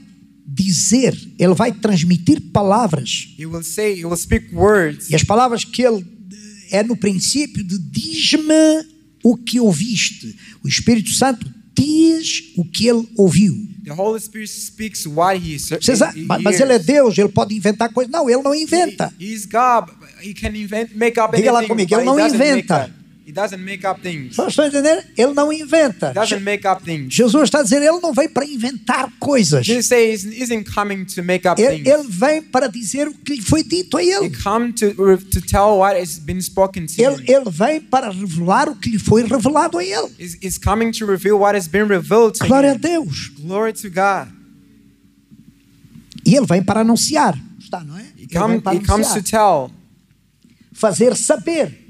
C: dizer, ele vai transmitir palavras.
B: He will say, he will speak words.
C: E as palavras que ele eh, é no princípio de diz-me o que ouviste. O Espírito Santo diz o que ele ouviu.
B: The Holy Spirit speaks what he, he,
C: Vocês, ah,
B: he
C: ma- mas ele é
B: hears.
C: Deus, ele pode inventar coisas. Não, ele não inventa.
B: He, he's God. but He can invent, make up
C: Diga lá
B: anything,
C: comigo,
B: but
C: ele
B: he
C: não
B: doesn't make
C: inventa.
B: up. He doesn't make up things.
C: Vocês estão entendendo? Ele não inventa.
B: He doesn't make up things.
C: Jesus está dizendo, ele não veio para inventar coisas.
B: Jesus says he isn't coming to make up
C: Ele,
B: things.
C: ele vem para dizer o que lhe foi dito a
B: He
C: ele.
B: come to to tell what has been spoken to him.
C: Ele, ele vem para revelar o que lhe foi revelado a ele.
B: He's, he's coming to reveal what has been revealed to
C: Glória a
B: him.
C: Deus.
B: Glory to God.
C: E ele vem para anunciar. Está, não é?
B: He,
C: Ele
B: come,
C: vem para
B: he comes to
C: anunciar.
B: tell,
C: Fazer saber.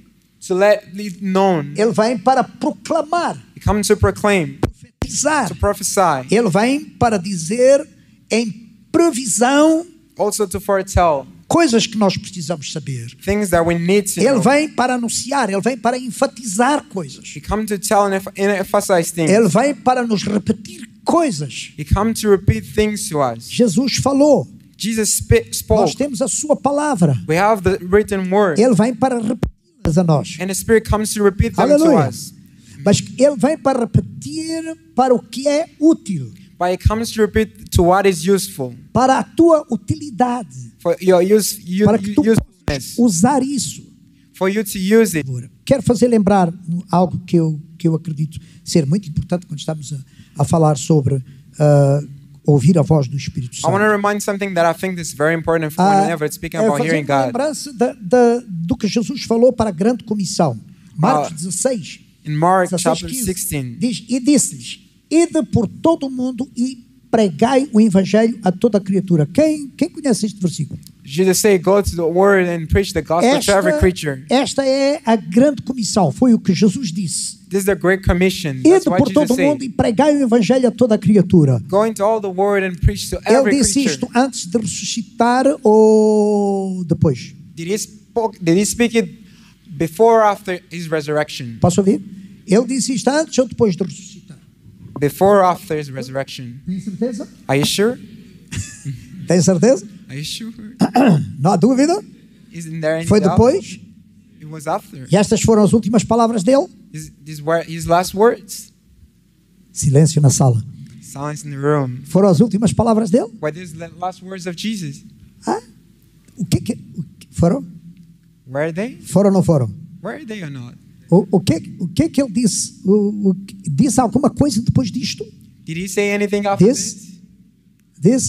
B: to let it known.
C: Ele vem para proclamar,
B: He comes to proclaim,
C: pisar.
B: to prophesy,
C: Ele vem para dizer em previsão
B: also to foretell
C: coisas que nós precisamos saber.
B: things that we need to
C: Ele
B: know.
C: vem para anunciar, ele vem para enfatizar coisas.
B: He comes to tell and emph- and emphasize
C: Ele
B: things.
C: vem para nos repetir coisas.
B: He comes to repeat things to us.
C: Jesus falou,
B: Jesus sp- spoke.
C: nós temos a sua palavra.
B: We have the written word,
C: Ele vem para repeti-las a nós.
B: and the Spirit comes to repeat them to
C: Aleluia.
B: us.
C: Mas ele vem para repetir para o que é útil,
B: But it comes to repeat to what is useful
C: para a tua utilidade,
B: for your use, you,
C: para que tu
B: usefulness,
C: possas usar isso.
B: for you to use it.
C: Agora, Quero fazer lembrar algo que eu, que eu acredito ser muito importante quando estamos a, a falar sobre ah, ouvir a voz do Espírito
B: I
C: Santo.
B: want to remind something that I think is very important for
C: Ah,
B: whenever it's speaking
C: é
B: about
C: fazer
B: hearing
C: uma
B: God.
C: lembrança da, da, do que Jesus falou para a grande comissão. Marcos
B: Ah,
C: 16,
B: In Mark
C: 16,
B: chapter
C: 15,
B: 16,
C: diz, e disse-lhes, ide por todo o mundo e pregai o evangelho a toda a criatura. Quem, quem conhece este versículo?
B: Jesus said, Go to the word and preach the gospel to every creature.
C: esta é a grande comissão, foi o que Jesus disse.
B: This is the Great Commission.
C: Ide
B: That's what
C: por todo
B: Jesus
C: o mundo e
B: said.
C: pregai o evangelho a toda a criatura.
B: Go into all the word and preach to
C: Ele
B: every
C: disse
B: creature.
C: isto antes de ressuscitar ou depois?
B: Did he, spoke, did he speak it before or after his resurrection?
C: Posso ouvir? Ele disse isto antes ou depois de ressuscitar?
B: Before or after his resurrection?
C: Tem certeza?
B: Are you sure?
C: Tem certeza?
B: Are you sure?
C: Não há dúvida?
B: Isn't there any
C: Foi
B: doubt?
C: depois?
B: It was after.
C: E estas foram as últimas palavras dele?
B: His, his, wor- his last words.
C: Silêncio na sala.
B: Silence in the room.
C: Foram as últimas palavras dele?
B: Were these the last words of Jesus?
C: O que que o que- foram?
B: Were they?
C: Foram ou não foram?
B: Were they or not?
C: O, o que o que que ele disse? O, o que- disse alguma coisa depois disto?
B: Did he say anything after
C: This-
B: this?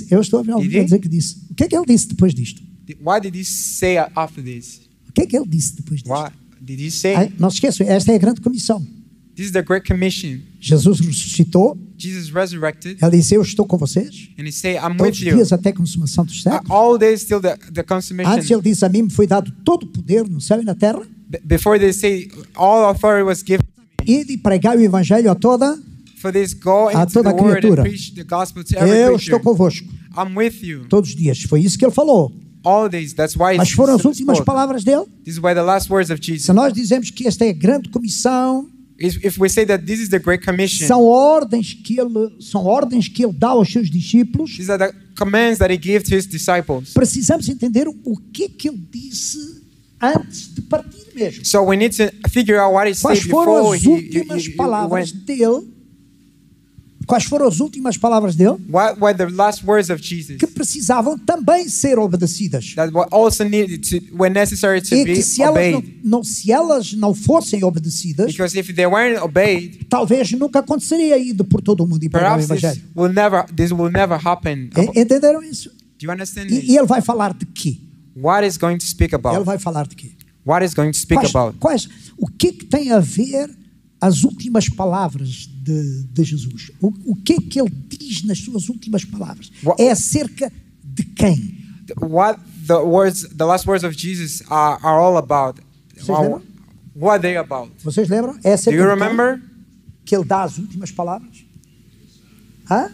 C: Disse, eu estou a ouvir alguém
B: Didi?
C: dizer que disse. O que que ele disse depois disto?
B: Did- Why did he say a- after this?
C: O que que ele disse depois disto?
B: Why did he say?
C: Ai, não se esqueçam, esta é a grande comissão.
B: This is the Great Commission.
C: Jesus ressuscitou,
B: Jesus resurrected,
C: ele disse: Eu estou com vocês
B: and he said, "I'm
C: todos
B: with
C: os
B: you
C: dias até a consumação dos
B: uh,
C: séculos.
B: all days till the, the
C: Antes
B: consummation."
C: ele disse: A mim me foi dado todo o poder no céu e na terra.
B: B- before they say, "All authority was given."
C: Ide e pregai o evangelho a toda.
B: For this, go
C: A
B: into the
C: toda
B: word and
C: criatura.
B: preach the gospel to every
C: Eu
B: creature.
C: estou convosco
B: I'm with you
C: todos os dias. Foi isso que ele falou.
B: all days. That's why.
C: Mas
B: it's-
C: foram as
B: it's
C: últimas
B: spoke.
C: palavras dele.
B: These were the last words of Jesus.
C: Se nós dizemos que esta é a grande comissão,
B: If if we say that this is the Great Commission,
C: são ordens que ele são ordens que ele dá aos seus discípulos.
B: these are the commands that he gave to his disciples.
C: Precisamos entender o que é que ele disse antes de partir mesmo.
B: So we need to figure out what he said
C: Quais foram
B: before
C: as
B: he, he, he,
C: últimas
B: he
C: palavras
B: went.
C: dele? Quais foram as últimas palavras dele
B: What were the last words of Jesus
C: que precisavam também ser obedecidas?
B: that were also needed to were necessary to
C: E
B: be
C: que se elas não,
B: obeyed?
C: não- se elas não fossem obedecidas,
B: Because if they weren't obeyed,
C: talvez nunca aconteceria ido por todo o mundo e pregar o
B: perhaps this
C: evangelho.
B: will never this will never happen.
C: E- Entenderam isso?
B: Do you understand? this?
C: E, e ele vai falar de quê?
B: What is going to speak
C: Ele
B: about?
C: vai falar de quê?
B: What is going to speak
C: Quais,
B: about?
C: quais- o que, que tem a ver as últimas palavras de, de Jesus? O, o que é que ele diz nas suas últimas palavras?
B: What-
C: É acerca de quem?
B: What the words the last words of Jesus are, are all about? Are-
C: lembram?
B: What are they about?
C: Vocês lembram? É
B: Do
C: acerca
B: you
C: de
B: remember?
C: quem que ele dá as últimas palavras? Hã?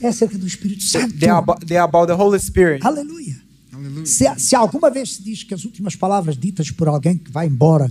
C: É acerca do Espírito Santo.
B: They are about, they are about the Holy Spirit.
C: Aleluia.
B: Hallelujah.
C: Se, se alguma vez se diz que as últimas palavras ditas por alguém que vai embora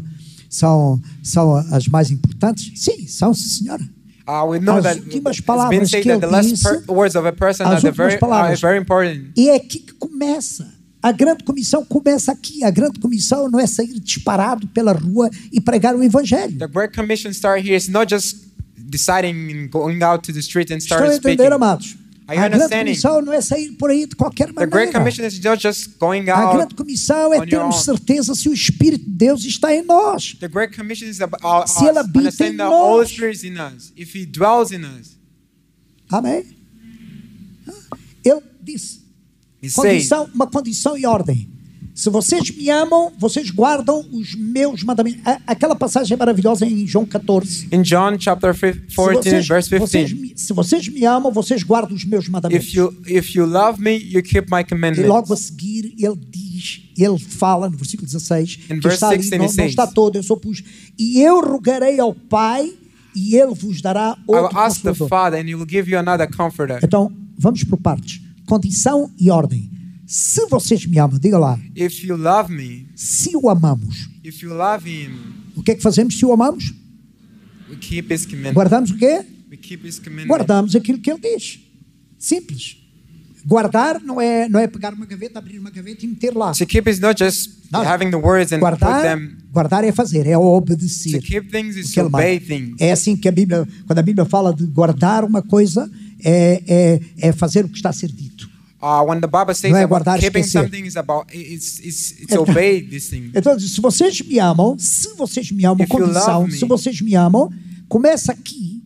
C: são, são as mais importantes, sim, são, sim, senhora.
B: Uh, we know
C: As
B: that
C: últimas
B: it's been
C: palavras
B: said
C: que
B: that
C: ele
B: the last per-
C: disse,
B: words of a person are,
C: as
B: the
C: últimas
B: very, are
C: palavras.
B: very important.
C: E é aqui que começa. A grande comissão começa aqui. A grande comissão não é sair disparado pela rua e pregar o evangelho.
B: The Great Commission start here. It's not just deciding and going out to the street and
C: Estão
B: start
C: a
B: speaking.
C: entender, amados?
B: Are you
C: A grande
B: understanding?
C: comissão não é sair por aí de qualquer
B: The Great
C: maneira.
B: Commission is not just going
C: A
B: out.
C: grande comissão é
B: on your own.
C: termos certeza se o Espírito de Deus está em nós.
B: The Great Commission is about us
C: Se ele habita em
B: understanding that all the
C: nós.
B: Spirit is in us. If He dwells in us,
C: Amém? Ele disse,
B: He says,
C: condição, uma condição e ordem. Se vocês me amam, vocês guardam os meus mandamentos. A- Aquela passagem é maravilhosa em João 14.
B: in John chapter fif-
C: Se
B: 14,
C: vocês-
B: verse
C: vocês
B: 15,
C: me- se vocês me amam, vocês guardam os meus mandamentos.
B: if you if you love me, you keep my
C: E logo a
B: commandments.
C: seguir ele diz, ele fala no versículo 16,
B: In
C: que
B: verse
C: está ali,
B: 16,
C: não,
B: he
C: não
B: says,
C: está todo, eu só pus. E eu rogarei ao Pai e ele vos dará
B: I will
C: outro
B: ask the
C: consolador.
B: Father, and He will give you another comforter.
C: Então, vamos por partes. Condição e ordem. Se vocês me amam, diga lá,
B: If you love me,
C: se o amamos,
B: if you love Him,
C: o que é que fazemos se o amamos?
B: we keep His commandments.
C: Guardamos o quê?
B: We keep His commandments.
C: Guardamos aquilo que ele diz. Simples. Guardar não é, não é pegar uma gaveta, abrir uma gaveta e meter lá.
B: To keep is not just
C: Não.
B: having the words and put
C: Guardar,
B: them.
C: guardar é fazer, é
B: To
C: obedecer.
B: keep things is
C: que
B: to
C: ele manda.
B: obey things.
C: É assim que a Bíblia, quando a Bíblia fala de guardar uma coisa, é, é, é fazer o que está a ser dito.
B: Uh, when the Bible says
C: Não é
B: about
C: guardar,
B: keeping
C: esquecer.
B: something is about it's it's it's obey this thing.
C: Então, se vocês me amam, se vocês me amam,
B: If you
C: condição,
B: love me.
C: se vocês me amam, começa aqui,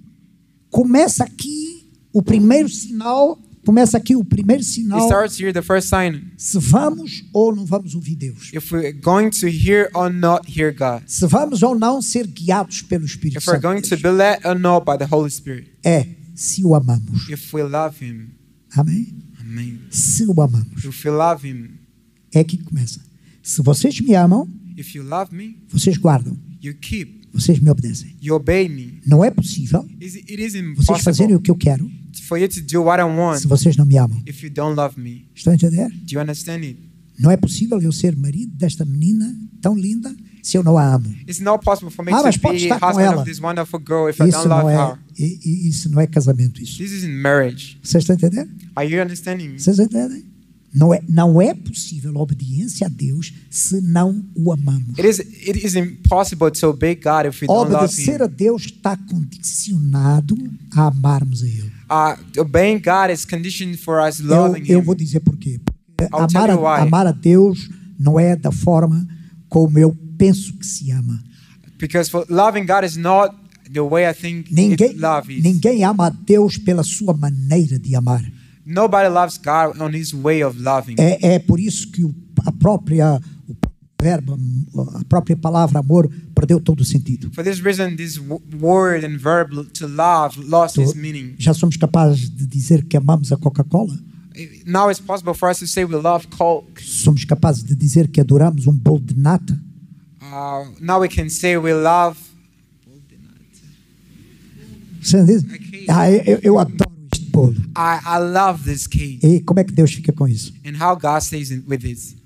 C: começa aqui o primeiro sinal, começa aqui o primeiro
B: It
C: sinal,
B: starts here the first sign.
C: se vamos ou não vamos ouvir Deus.
B: If we're going to hear or not hear God.
C: Se vamos ou não ser guiados pelo Espírito
B: If we're
C: Santo.
B: going
C: de
B: to
C: Deus.
B: be led or not by the Holy Spirit.
C: É, se o amamos.
B: If we love Him.
C: Amém?
B: Amen.
C: Se o amamos.
B: If we love Him.
C: É aqui que começa. Se vocês me amam,
B: If you love me,
C: vocês guardam,
B: you keep.
C: vocês me obedecem.
B: You obey me.
C: Não é possível
B: Is- It is
C: vocês fazerem
B: impossible
C: o que eu quero
B: for you to do what I want
C: se vocês não me amam.
B: if you don't love me.
C: Estão a entender?
B: Do you understand it?
C: Não é possível eu ser marido desta menina tão linda se eu não a amo.
B: It's not possible for me
C: Ah, mas
B: to
C: pode
B: be
C: estar com
B: husband
C: ela.
B: of this wonderful girl if I
C: Isso
B: don't love
C: não é,
B: her.
C: i- i- isso não é casamento. Isso.
B: This isn't marriage.
C: Vocês estão a entender?
B: Are you understanding?
C: Vocês entendem? Não é, não é possível a obediência a Deus se não o amamos.
B: It is it is impossible to obey God if we don't love
C: Obedecer a
B: Him.
C: Deus está condicionado a amarmos a Ele.
B: Uh, obeying God is conditioned for us
C: Eu,
B: loving
C: eu
B: Him.
C: vou dizer porquê. Porque
B: I'll tell
C: amar
B: you why.
C: a, amar a Deus não é da forma como eu penso que se ama.
B: Because for loving God is not the way I think
C: Ninguém,
B: it love is.
C: ninguém ama a Deus pela sua maneira de amar.
B: Nobody loves God on His way of loving.
C: É, é por isso que o, a própria o próprio verbo, a própria palavra amor perdeu todo o sentido.
B: For this reason, this w- word and verb to love lost its meaning.
C: Já somos capazes de dizer que amamos a Coca-Cola?
B: Now it's possible for us to say we love Coke.
C: Somos capazes de dizer que adoramos um bolo de nata?
B: Uh, now we can say we love.
C: Você entende?
B: Aqui.
C: Ah, eu, eu adoro este bolo.
B: I, I love this cake.
C: E como é que Deus fica com isso?
B: and how God stays in, with it.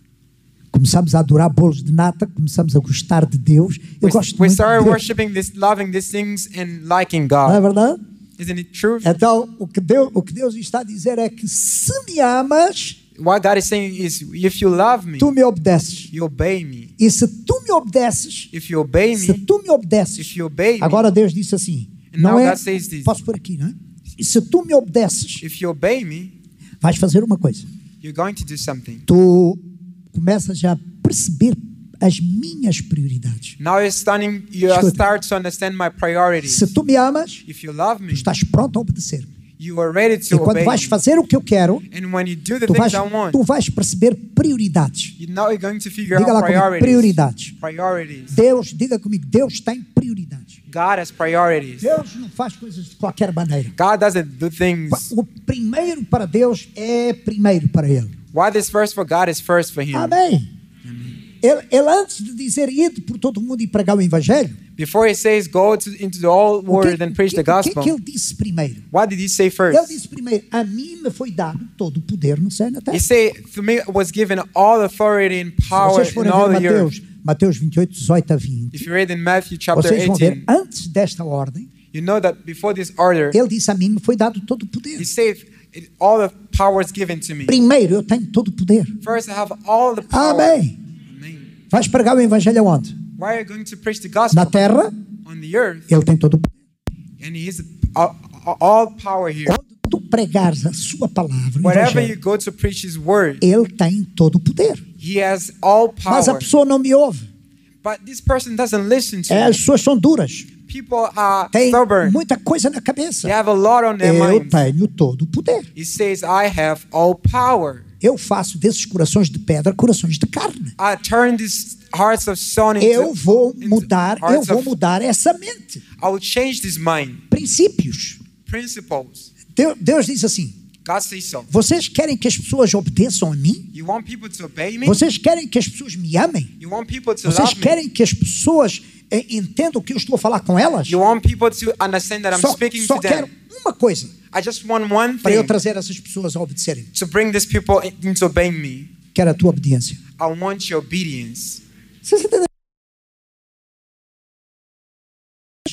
C: Começamos a adorar bolos de nata, começamos a gostar de Deus. Eu
B: We,
C: gosto
B: we
C: muito
B: started
C: de Deus.
B: worshiping this, loving these things and liking
C: Não é
B: God.
C: verdade?
B: Isn't it true?
C: Então, o que, Deus, o que Deus está a dizer é que se me amas,
B: What God is saying is, if you love me,
C: tu me obedeces.
B: you obey me.
C: E se tu me obedeces,
B: If you obey
C: se
B: me,
C: tu me
B: if
C: obedeces.
B: you obey me,
C: Agora Deus disse assim,
B: And
C: não
B: now
C: é,
B: God says this.
C: posso por aqui, não é? E se tu me obedeces,
B: if you obey me,
C: vais fazer uma coisa.
B: you're going to do something.
C: Tu começas já a perceber as minhas prioridades.
B: Now you're starting, you are
C: Escuta.
B: start to understand my priorities.
C: Se tu me amas,
B: If you love
C: tu
B: me,
C: estás pronto a obedecer.
B: you are ready
C: E
B: to
C: quando
B: obey
C: vais
B: me.
C: fazer o que eu quero,
B: And when you do the
C: tu vais,
B: things I want,
C: tu vais perceber prioridades.
B: you now you're going to figure
C: Diga lá
B: out
C: comigo,
B: priorities.
C: prioridades.
B: Priorities.
C: Deus, diga comigo, Deus tem prioridades.
B: God has priorities.
C: Deus não faz coisas de qualquer maneira.
B: God doesn't do things
C: O primeiro para Deus é primeiro para Ele.
B: Why this first for God is first for him.
C: Amém. Ele, ele antes de dizer ide por todo mundo e pregar o Evangelho,
B: Before he says go to, into the whole
C: o que,
B: world and preach
C: o que-
B: the
C: o que,
B: gospel,
C: que ele disse primeiro?
B: what did he say
C: Ele
B: first?
C: disse primeiro: A mim me foi dado todo o poder no céu e na terra.
B: He say to me was given all authority and é
C: Se
B: power
C: vocês
B: in
C: forem
B: all
C: ver
B: the earth.
C: Mateus, Mateus 28, 18 a 20,
B: If you read in Matthew é chapter
C: vocês vão ver
B: 18,
C: antes desta ordem,
B: you know that before this order,
C: ele disse: A mim me foi dado todo o poder.
B: he said "It- all the power is given to me.
C: Primeiro eu tenho todo o poder.
B: First, I have all the power.
C: Amém.
B: Amen.
C: Vais pregar o Evangelho aonde?
B: Why are you going to preach the
C: Na
B: gospel
C: terra,
B: on the earth?
C: ele tem todo o poder.
B: And he is uh, all, all power here.
C: Onde tu pregar a sua palavra, o
B: Wherever
C: evangelho,
B: you go to preach His word,
C: ele tem todo o poder.
B: He has all
C: E- Mas a
B: power.
C: pessoa não me ouve.
B: But this person doesn't listen to
C: É,
B: you.
C: as pessoas são duras.
B: People are
C: Tem
B: stubborn.
C: muita coisa na cabeça.
B: They have a lot on their
C: Eu
B: mind.
C: tenho todo o poder.
B: He says, I have all power.
C: Eu faço desses corações de pedra corações de carne.
B: I turn these hearts of stone into,
C: Eu vou
B: into
C: mudar, eu
B: hearts
C: vou
B: of-
C: mudar essa mente.
B: I will change this mind.
C: Princípios.
B: Principles.
C: Deu- Deus diz assim:
B: God says so.
C: vocês querem que as pessoas obedeçam a mim?
B: You want people to obey me?
C: Vocês querem que as pessoas me amem?
B: You want people to
C: Vocês
B: love me?
C: querem que as pessoas eh, entendam que eu estou a falar com elas?
B: You want people to understand that I'm
C: Só,
B: speaking
C: só
B: to them.
C: quero uma coisa
B: I just want one
C: para eu
B: thing
C: trazer essas pessoas a obedecerem,
B: to bring these people in- into obeying me.
C: que era a tua obediência.
B: I want your obedience.
C: Vocês entenderam?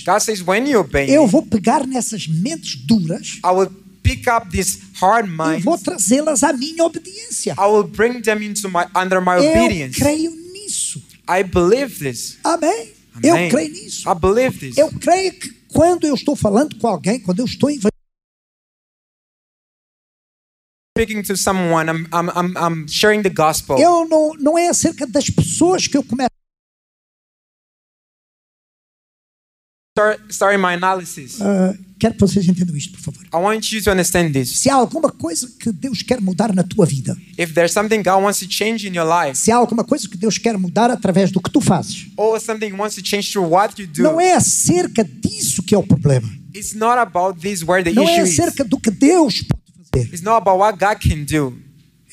B: God says, when you obey
C: Eu
B: me,
C: vou pegar nessas mentes duras
B: I will pick up this hard
C: e
B: mind.
C: vou trazê-las à minha obediência.
B: I will bring them into my under my
C: Eu
B: obedience.
C: creio nisso.
B: I believe this.
C: Amém? Eu
B: Amém.
C: creio nisso.
B: I believe this.
C: Eu creio que quando eu estou falando com alguém, quando eu estou em
B: Speaking to someone, I'm, I'm, I'm, I'm sharing the gospel.
C: eu não, não é acerca das pessoas que eu começo
B: Start, starting my analysis.
C: Ah, quero que vocês entendam isto, por favor.
B: I want you to understand this.
C: Se há alguma coisa que Deus quer mudar na tua vida,
B: If there's something God wants to change in your life,
C: se há alguma coisa que Deus quer mudar através do que tu fazes,
B: or something He wants to change through what you
C: não
B: do,
C: é acerca disso que é o problema.
B: it's not about this where the
C: Não é
B: issue is.
C: acerca do que Deus pode fazer.
B: It's not about what God can do.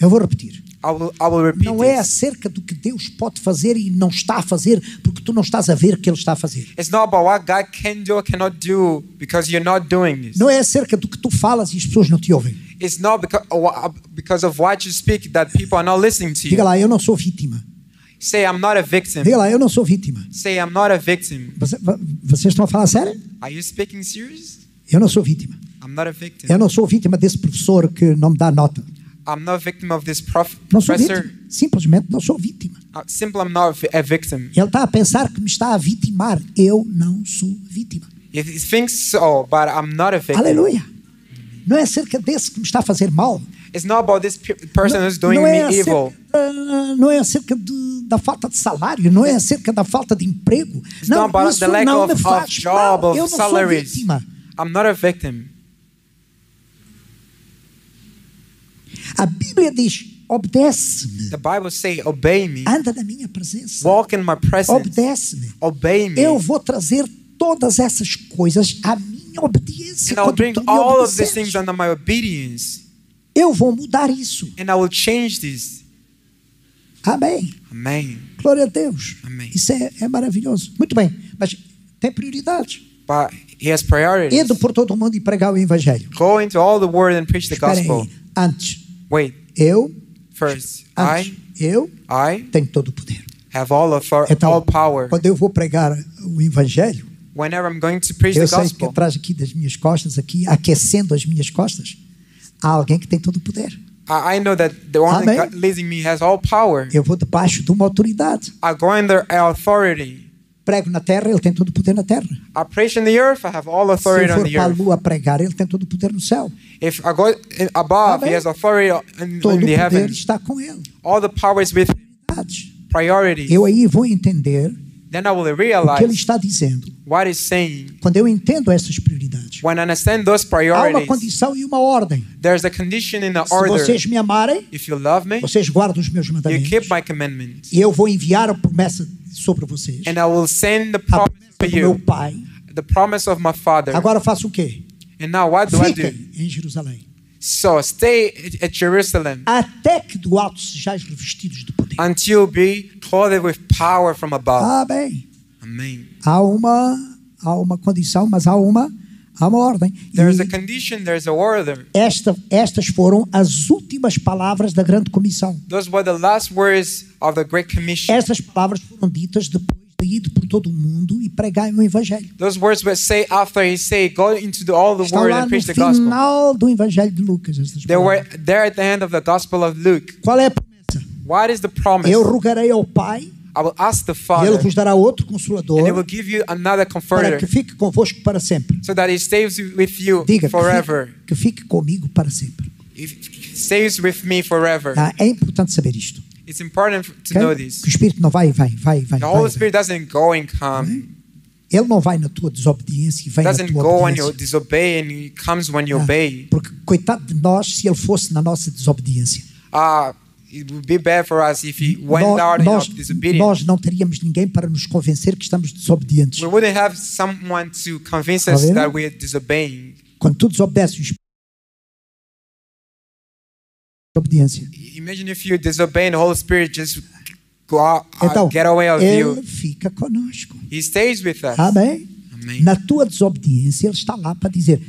C: Eu vou repetir.
B: I will, I will repeat
C: Não é
B: this.
C: acerca do que Deus pode fazer e não está a fazer, porque tu não estás a ver o que Ele está a fazer.
B: It's not about what God can do or cannot do because you're not doing this.
C: Não é acerca do que tu falas e as pessoas não te ouvem.
B: It's not because, uh, because of what you speak that people are not listening to
C: Diga
B: you.
C: lá, eu não sou vítima.
B: Say, I'm not a victim.
C: Diga lá, eu não sou vítima.
B: Say, I'm not a victim.
C: Você- va- vocês estão a falar sério?
B: Are you speaking serious?
C: Eu não sou vítima.
B: I'm not a victim.
C: Eu não sou vítima desse professor que não me dá nota.
B: I'm not a victim of this prof-
C: Não sou
B: professor.
C: vítima. Simplesmente não sou vítima.
B: Uh, Simple, I'm not a vi- a victim.
C: Ele está a pensar que me está a vitimar. Eu não sou vítima.
B: He he thinks so, but I'm not a victim.
C: Aleluia. Não é acerca desse que me está a fazer mal.
B: It's not about this pe- person who's doing
C: Não é
B: me evil.
C: acerca, da, não é acerca de- da falta de salário. Não é acerca da falta de emprego. Não,
B: not about
C: isso
B: the lack
C: não
B: of,
C: me
B: of
C: faz
B: job,
C: mal. Eu não
B: of salaries.
C: sou vítima.
B: I'm not a victim.
C: A Bíblia diz, obedece-me.
B: The Bible say, obey me.
C: Anda na minha presença.
B: Walk in my presence.
C: Obedece-me.
B: Obey me.
C: Eu vou trazer todas essas coisas à minha obediência.
B: And I'll
C: quando
B: bring
C: tu me
B: all of
C: obedeceres.
B: these things under my obedience.
C: Eu vou mudar isso.
B: And I will change this.
C: Amém.
B: Amen.
C: Glória a Deus.
B: Amém.
C: Isso é, é maravilhoso. Muito bem, mas tem prioridade.
B: But he has priorities.
C: Indo por todo o mundo e pregar o evangelho.
B: Go into all the world and preach the
C: Esperem
B: gospel.
C: aí. Antes,
B: Wait,
C: eu,
B: first,
C: antes,
B: I,
C: eu
B: I
C: tenho todo o poder.
B: have all of our, all
C: Então,
B: power.
C: quando eu vou pregar o evangelho,
B: Whenever I'm going to preach
C: eu
B: the
C: sei que
B: gospel,
C: atrás aqui das minhas costas, aqui aquecendo as minhas costas, há alguém que tem todo o poder.
B: I, I know that the one
C: Amém.
B: that God leading me has all power.
C: Eu vou debaixo de uma autoridade.
B: I go under authority.
C: Prego na terra, ele tem todo o poder na terra.
B: I preach in the earth. I have all
C: Se eu
B: authority on
C: for
B: the
C: para a
B: earth.
C: lua pregar, ele tem todo o poder no céu.
B: If I go in, above,
C: Amém.
B: he has authority in,
C: Todo o
B: in the
C: poder
B: heavens.
C: está com ele.
B: All the power is with him. priorities.
C: Eu aí vou entender
B: then I will
C: o que ele
B: realize
C: está dizendo.
B: what he's saying.
C: Quando eu entendo essas prioridades,
B: When I understand those
C: há uma
B: priorities,
C: condição e uma ordem.
B: there's a condition in the
C: Se
B: order.
C: vocês me amarem,
B: If you love me,
C: vocês guardam os meus
B: you
C: mandamentos.
B: keep my commandments,
C: E eu vou enviar a promessa sobre vocês.
B: and I will send the
C: A
B: promise
C: promessa
B: to
C: do meu
B: you,
C: pai.
B: the promise of my Father.
C: Agora faço o quê?
B: And now what do I do?
C: Fiquem em Jerusalém.
B: So stay at- at Jerusalem
C: Até que do alto sejais revestidos de poder.
B: until you be clothed with power from above.
C: Ah, bem.
B: Amen.
C: Há uma, há uma condição, mas há uma, há uma ordem. E
B: There's a condition, there's a order.
C: esta, estas foram as últimas palavras da grande comissão.
B: Those were the last words of the Great Commission.
C: Estas palavras foram ditas depois de ir por todo o mundo e pregar o evangelho.
B: Those words were say after he say, go into the, all the
C: Está
B: world
C: lá
B: and
C: no
B: preach the gospel.
C: final do evangelho de Lucas. estas
B: They were
C: palavras.
B: there at the end of the Gospel of Luke.
C: Qual é a promessa?
B: What is the promise?
C: Eu rogarei ao Pai
B: I will ask the
C: E ele
B: Father,
C: vos dará outro
B: and He will
C: consolador
B: give you another
C: para
B: Comforter,
C: que fique convosco para sempre.
B: so that He stays with you
C: Diga que
B: forever.
C: fique, que fique comigo para sempre.
B: He stays with me forever.
C: Tá? É importante saber isto.
B: It's important to
C: ok?
B: know
C: Que o
B: this.
C: Espírito não vai e vai, vai e vai.
B: The
C: vai,
B: Holy
C: vai.
B: Spirit doesn't go and come,
C: Ele não vai na tua desobediência e vem na
B: doesn't
C: tua
B: go when you
C: obediência.
B: disobey, and He comes when you
C: Ah,
B: obey.
C: Porque, coitado de nós, se ele fosse na nossa desobediência,
B: Ah, it would be bad for us if He went out in
C: nós, nós,
B: our disobedience.
C: nós não teríamos ninguém para nos convencer que estamos desobedientes.
B: We wouldn't have someone to convince us
C: Amen.
B: that we're disobeying.
C: Quando tu desobedeces, o Espírito- desobediência.
B: Imagine if you disobey, and the Holy Spirit just go out, uh,
C: Então,
B: get away of
C: ele
B: you.
C: fica conosco.
B: He stays with us.
C: Amém?
B: Amém.
C: Na tua desobediência, ele está lá para dizer: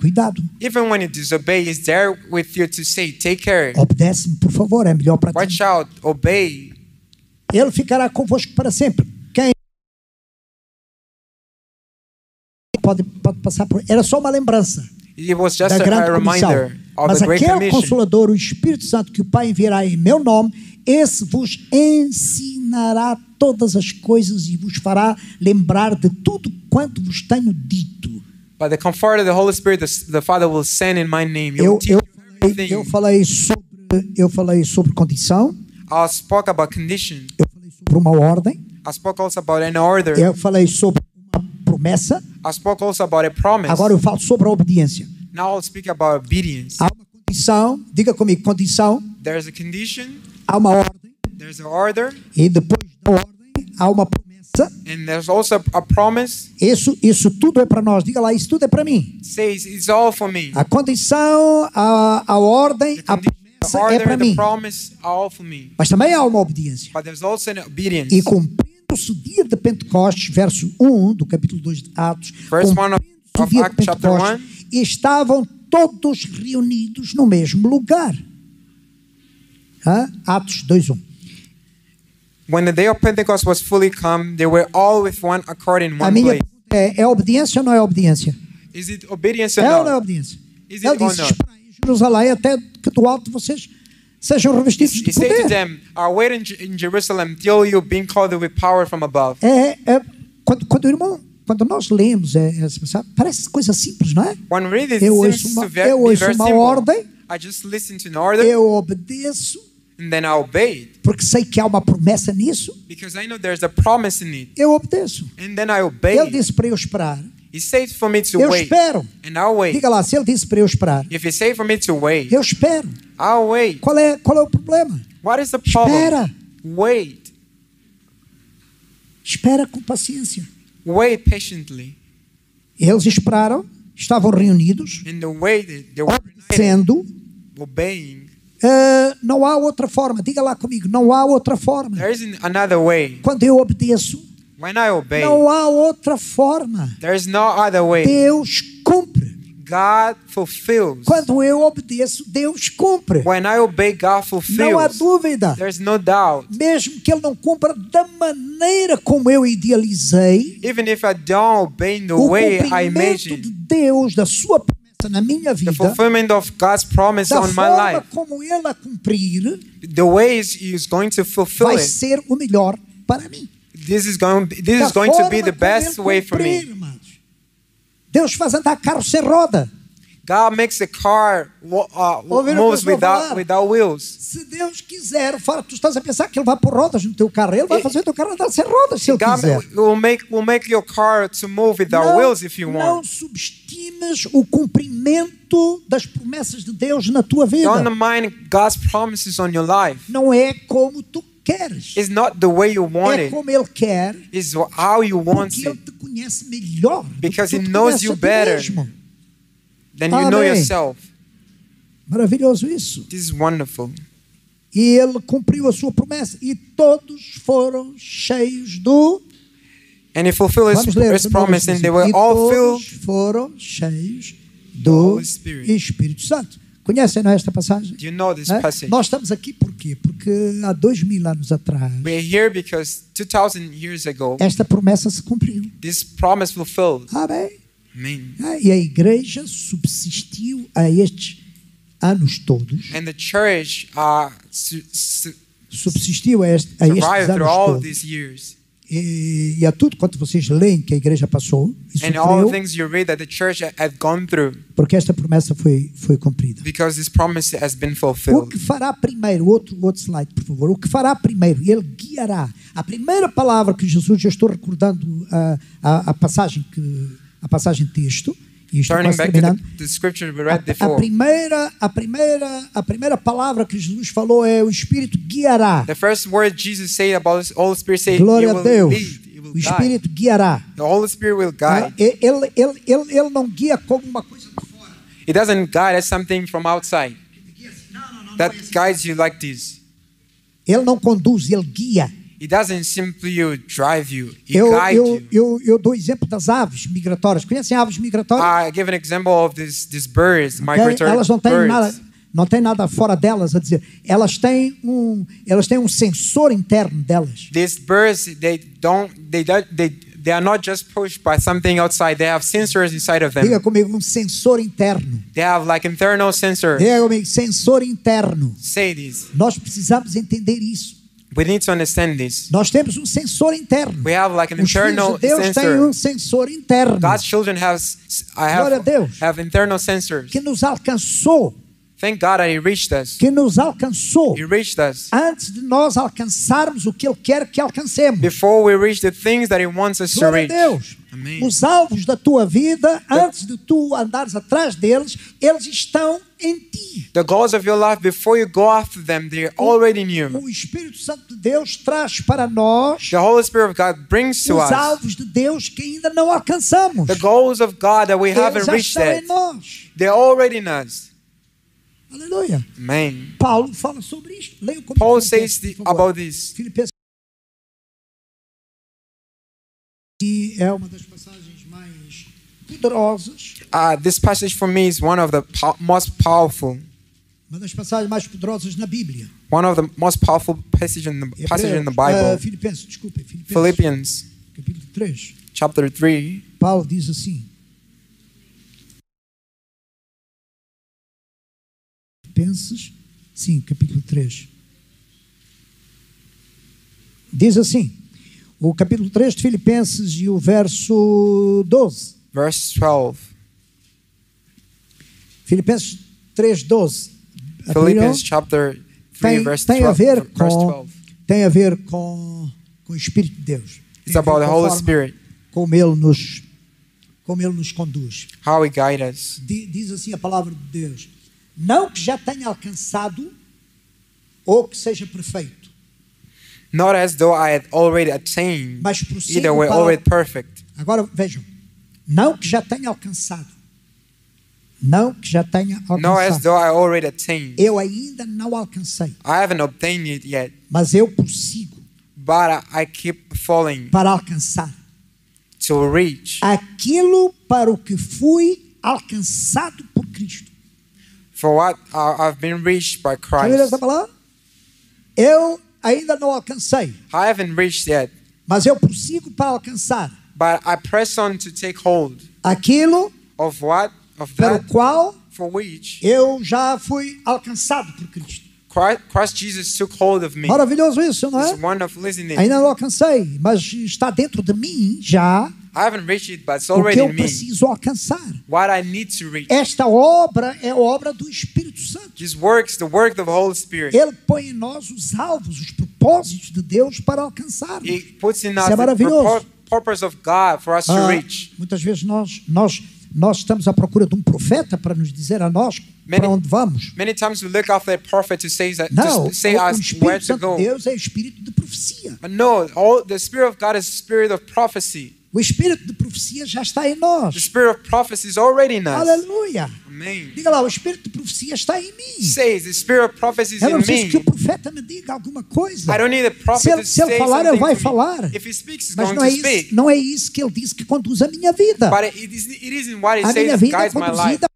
C: cuidado,
B: Even when you disobey, He's there with you to say, "Take care,
C: obedece-me, por favor, é melhor para ti.
B: watch out, obey."
C: Ele ficará convosco para sempre. Quem pode, pode passar por. Era só uma lembrança
B: It was just
C: da
B: a,
C: grande
B: a reminder
C: comissão.
B: of
C: Mas
B: the Great
C: aquele
B: Commission.
C: Consolador, o Espírito Santo, que o Pai enviará em meu nome, esse vos ensinará todas as coisas e vos fará lembrar de tudo quanto vos tenho dito.
B: But the Comforter, the Holy Spirit, the, the Father will send in my name. He
C: Eu,
B: will teach
C: eu,
B: you
C: falei- eu
B: everything.
C: falei sobre, eu falei sobre condição,
B: I spoke about condition.
C: eu falei sobre uma ordem,
B: I spoke also about an order.
C: eu falei sobre uma promessa.
B: I spoke also about a promise.
C: Agora eu falo sobre a obediência.
B: now I'll speak about obedience.
C: Há uma condição, diga comigo, condição,
B: There's a condition,
C: há uma ordem,
B: there's an order,
C: e depois da ordem há uma promessa.
B: and there's also a promise.
C: Isso, isso tudo é para nós. Diga lá, isso tudo é para mim.
B: It says it's all for me.
C: A condição, a, a ordem,
B: The
C: a
B: condition, the
C: promessa é
B: order,
C: para
B: the
C: mim.
B: promise are all for me.
C: Mas também há uma obediência.
B: But there's also an obedience.
C: E cumprindo-se o dia de Pentecostes, verso 1 do capítulo 2 de Atos,
B: Verse 1 of-
C: cumprindo-se o
B: of
C: dia de
B: Acts, chapter
C: Pentecostes, estavam todos reunidos no mesmo lugar. Hã? Atos 2.1.
B: When the day of Pentecost was fully come, they were all with one accord in
C: A
B: one
C: minha
B: place.
C: pergunta é, é obediência ou não é obediência?
B: Is it obedience or
C: É ou não é
B: not?
C: obediência?
B: Is it
C: Ele
B: or
C: disse,
B: not?
C: esperai em Jerusalém até que do alto vocês sejam revestidos
B: He
C: de
B: said to
C: poder.
B: them, "I wait in, Ju- in Jerusalem till you've been called with power from above."
C: É, é, quando, quando o irmão, quando nós lemos, é, é, sabe, parece coisa simples, não é?
B: When we read this,
C: Eu
B: it
C: ouço
B: seems
C: uma-
B: to ve-
C: eu
B: be
C: ouço
B: very
C: uma
B: simple.
C: ordem.
B: I just listen to an order
C: Eu obedeço
B: and then I obey it
C: porque sei que há uma promessa nisso.
B: because I know there's a promise in it.
C: Eu obedeço.
B: And then I obey
C: Ele
B: it.
C: disse para eu esperar.
B: He says for me to
C: Eu
B: wait,
C: espero.
B: and I'll wait.
C: Diga lá, se ele disse para eu esperar,
B: If he says for me to wait,
C: eu espero.
B: I'll wait.
C: Qual é, qual é o problema?
B: What is the problem?
C: Espera.
B: Wait.
C: Espera com paciência.
B: Wait patiently.
C: Eles esperaram, estavam reunidos,
B: And the way that they were united,
C: obedecendo.
B: obeying,
C: Ah, não há outra forma. Diga lá comigo, não há outra forma.
B: there isn't another way.
C: Quando eu obedeço,
B: When I obey,
C: não há outra forma.
B: there is no other way.
C: Deus cumpre.
B: God fulfills.
C: Quando eu obedeço, Deus cumpre.
B: When I obey, God
C: Não há
B: fulfills.
C: dúvida.
B: There's no doubt.
C: Mesmo que ele não cumpra da maneira como eu idealizei,
B: Even if I don't obey in the
C: o
B: way I
C: cumprimento de
B: imagine,
C: Deus, da sua promessa na minha
B: the
C: vida,
B: fulfillment of God's promise
C: da
B: on my
C: forma
B: life,
C: como ele a cumprir,
B: the way is, is going to fulfill
C: vai
B: it.
C: ser o melhor para mim.
B: This is going this
C: Da
B: is going to be
C: forma
B: the
C: como
B: best
C: ele
B: way for
C: cumprir,
B: me.
C: irmãos. Deus faz andar carro sem roda.
B: God makes a car wa- uh,
C: Ouviram o
B: moves
C: que eu vou
B: without
C: falar?
B: without wheels.
C: Se Deus quiser, fora tu estás a pensar que ele vai pôr rodas no teu carro, ele vai
B: E-
C: fazer teu carro andar sem rodas se ele
B: God
C: quiser.
B: will make will make your car to move without wheels if you
C: não
B: want.
C: subestimes o cumprimento das promessas de Deus na tua vida.
B: Don't mind God's promises on your life.
C: Não é como tu queres.
B: It's not the way you want
C: É
B: it.
C: como ele quer,
B: It's how you want
C: porque
B: it.
C: ele te conhece melhor. do
B: Because
C: que
B: he
C: tu te
B: knows
C: conheces
B: you
C: a ti
B: better.
C: mesmo.
B: Then you know
C: Amém.
B: yourself.
C: Maravilhoso isso.
B: This is wonderful.
C: E ele cumpriu a sua promessa. E todos foram cheios do.
B: And he fulfilled his,
C: Vamos ler.
B: his promise, and they were
C: e
B: all
C: todos
B: filled.
C: foram cheios do
B: Holy Spirit.
C: Espírito Santo. Conhecem não é, esta passagem?
B: Do you know this
C: É?
B: passage?
C: Nós estamos aqui por quê? Porque há dois mil anos atrás
B: We're here because 2,000 years ago,
C: esta promessa se cumpriu.
B: this promise fulfilled.
C: Amém?
B: Amen.
C: Ah, E a igreja subsistiu a estes anos todos
B: And the church uh, su- su-
C: subsistiu a, est, a estes
B: survived through
C: anos
B: all
C: todos.
B: these years.
C: E, e a tudo quanto vocês leem que a igreja passou e
B: And all the
C: sofreu,
B: things you read that the church had gone through
C: porque esta promessa foi, foi cumprida.
B: because this promise has been
C: O
B: fulfilled.
C: que fará primeiro? Outro, outro slide, por favor. O que fará primeiro? Ele guiará. A primeira palavra que Jesus, eu estou recordando a, a, a passagem que a passagem de texto, e estou
B: Turning
C: quase
B: back to
C: terminando.
B: the, the scripture we
C: A,
B: read
C: a
B: before,
C: primeira, a, primeira, a primeira palavra que Jesus falou é o Espírito guiará.
B: the first word Jesus said about this Holy Spirit said, "You
C: Glória a
B: will
C: Deus.
B: lead, you will
C: O
B: guide."
C: Espírito guiará.
B: The Holy Spirit will guide.
C: Ele, ele, ele, ele não guia como uma coisa de fora.
B: It doesn't guide as something from outside
C: Ele guia assim, Não, não, não, não
B: that
C: é assim.
B: guides you like this.
C: Ele não conduz, ele guia.
B: It doesn't simply drive you. It
C: Eu,
B: guides
C: eu,
B: you.
C: eu, eu dou exemplo das aves migratórias. Conhecem aves migratórias?
B: I give an example of this these birds,
C: Elas-
B: migratory
C: elas não têm
B: birds.
C: nada, não têm nada fora delas a dizer. Elas têm um, elas têm um sensor interno delas.
B: These birds, they don't, they don't, they, they are not just pushed by something outside. They have sensors inside of
C: Diga
B: them.
C: comigo, um sensor interno.
B: They have like internal sensor.
C: Diga comigo, sensor interno.
B: Say this.
C: Nós precisamos entender isso.
B: We need to understand this.
C: Nós temos um sensor interno.
B: We have like an
C: Os filhos
B: internal
C: de Deus têm
B: sensor.
C: um sensor interno
B: God's children have, s- I
C: Glória a
B: have,
C: Deus.
B: have internal sensors.
C: que nos alcançou,
B: Thank God that He reached us.
C: que nos alcançou
B: He reached us.
C: antes de nós alcançarmos o que Ele quer que alcancemos.
B: before we reach the things that He wants us to
C: Glória a
B: reach.
C: Deus.
B: Amém.
C: Os alvos da tua vida,
B: É.
C: antes de tu andares atrás deles, eles estão em ti.
B: The goals of your life, before you go after them, they're already in you.
C: O Espírito Santo de Deus traz para nós
B: The Holy Spirit of God brings to
C: os
B: us
C: alvos de Deus que ainda não alcançamos.
B: the goals of God that we
C: Eles
B: haven't
C: já
B: reached
C: estão
B: yet.
C: em nós.
B: They're already in us.
C: Aleluia.
B: Amen.
C: Paulo fala sobre isto. Leia o comigo.
B: Paul says
C: Filipenses,
B: the,
C: por favor.
B: about this.
C: Filipenses. E é uma das passagens mais poderosas,
B: Uh, this passage for me is one of the po- most powerful,
C: uma das passagens mais poderosas na Bíblia.
B: one of the most powerful passage in the passage in the
C: Hebreus,
B: Bible.
C: ah, Filipenses, desculpa, Filipenses,
B: Philippians
C: capítulo 3.
B: chapter three,
C: Paulo diz assim: Pensas? Sim, capítulo 3. Diz assim: o capítulo 3 de Filipenses e o verso 12.
B: verse twelve.
C: Filipenses 3, 12. Abriram?
B: Philippians chapter three,
C: tem,
B: verse
C: tem a
B: twelve.
C: ver
B: Verse
C: com,
B: twelve.
C: tem a ver com, com o Espírito de Deus. Tem
B: It's
C: a ver
B: about the
C: com a
B: Holy
C: forma
B: Spirit,
C: Como ele nos, como ele nos conduz.
B: how He guides us.
C: Di- diz assim a palavra de Deus: não que já tenha alcançado ou que seja perfeito,
B: Not as though I had already attained.
C: mas prossigo
B: Either we're
C: para-
B: already perfect.
C: Agora vejam, não que já tenha alcançado, não que já tenha
B: Not as
C: alcançado.
B: though I already attained.
C: Eu ainda não alcancei,
B: I haven't obtained it yet,
C: mas eu prossigo
B: but I- I keep falling
C: para alcançar
B: to reach
C: aquilo para o que fui alcançado por Cristo.
B: for what I- I've been reached by
C: Está vendo essa
B: Christ.
C: palavra? Eu ainda não alcancei,
B: I haven't reached yet,
C: mas eu prossigo para alcançar
B: but I press on to take hold
C: aquilo
B: of what? Of
C: pelo
B: that
C: qual
B: for which
C: eu já fui alcançado por Cristo.
B: Christ, Christ Jesus took hold of me.
C: Maravilhoso isso, não
B: It's
C: é?
B: wonderful, isn't it?
C: Ainda não alcancei, mas está dentro de mim já
B: I haven't reached it, but it's
C: o que
B: already
C: eu
B: in me.
C: preciso alcançar.
B: What I need to reach.
C: Esta obra é obra do Espírito Santo.
B: This works, the work of the Holy Spirit.
C: Ele põe em nós os alvos, os propósitos de Deus para alcançar.
B: He puts in
C: Isso
B: us
C: é
B: the
C: maravilhoso.
B: purpo- purpose of God for us to
C: Ah,
B: reach.
C: muitas vezes nós, nós, nós estamos à procura de um profeta para nos dizer a nós para onde vamos.
B: Many times we look after a prophet to say that,
C: Não,
B: to say
C: o, o
B: us where
C: Espírito
B: to
C: Santo de
B: go.
C: Deus é espírito de profecia.
B: But no, all the spirit of God is the spirit of prophecy.
C: O espírito de profecia já está em
B: The
C: nós.
B: spirit of prophecy is already in us.
C: Aleluia.
B: Amen.
C: Diga lá, o espírito de profecia está em
B: He
C: mim.
B: says the spirit of prophecy is
C: Eu não
B: in
C: preciso que o
B: me.
C: profeta me diga alguma coisa.
B: I don't need a prophet
C: Se ele-
B: to
C: se ele
B: say
C: falar, ele
B: something
C: vai
B: to me.
C: falar.
B: If he speaks, he's
C: Mas
B: going
C: não é,
B: to
C: isso,
B: speak.
C: não é isso que ele disse que conduz a minha vida.
B: But it, is, it isn't what he
C: A minha
B: says that
C: vida é
B: guides my life.
C: conduzida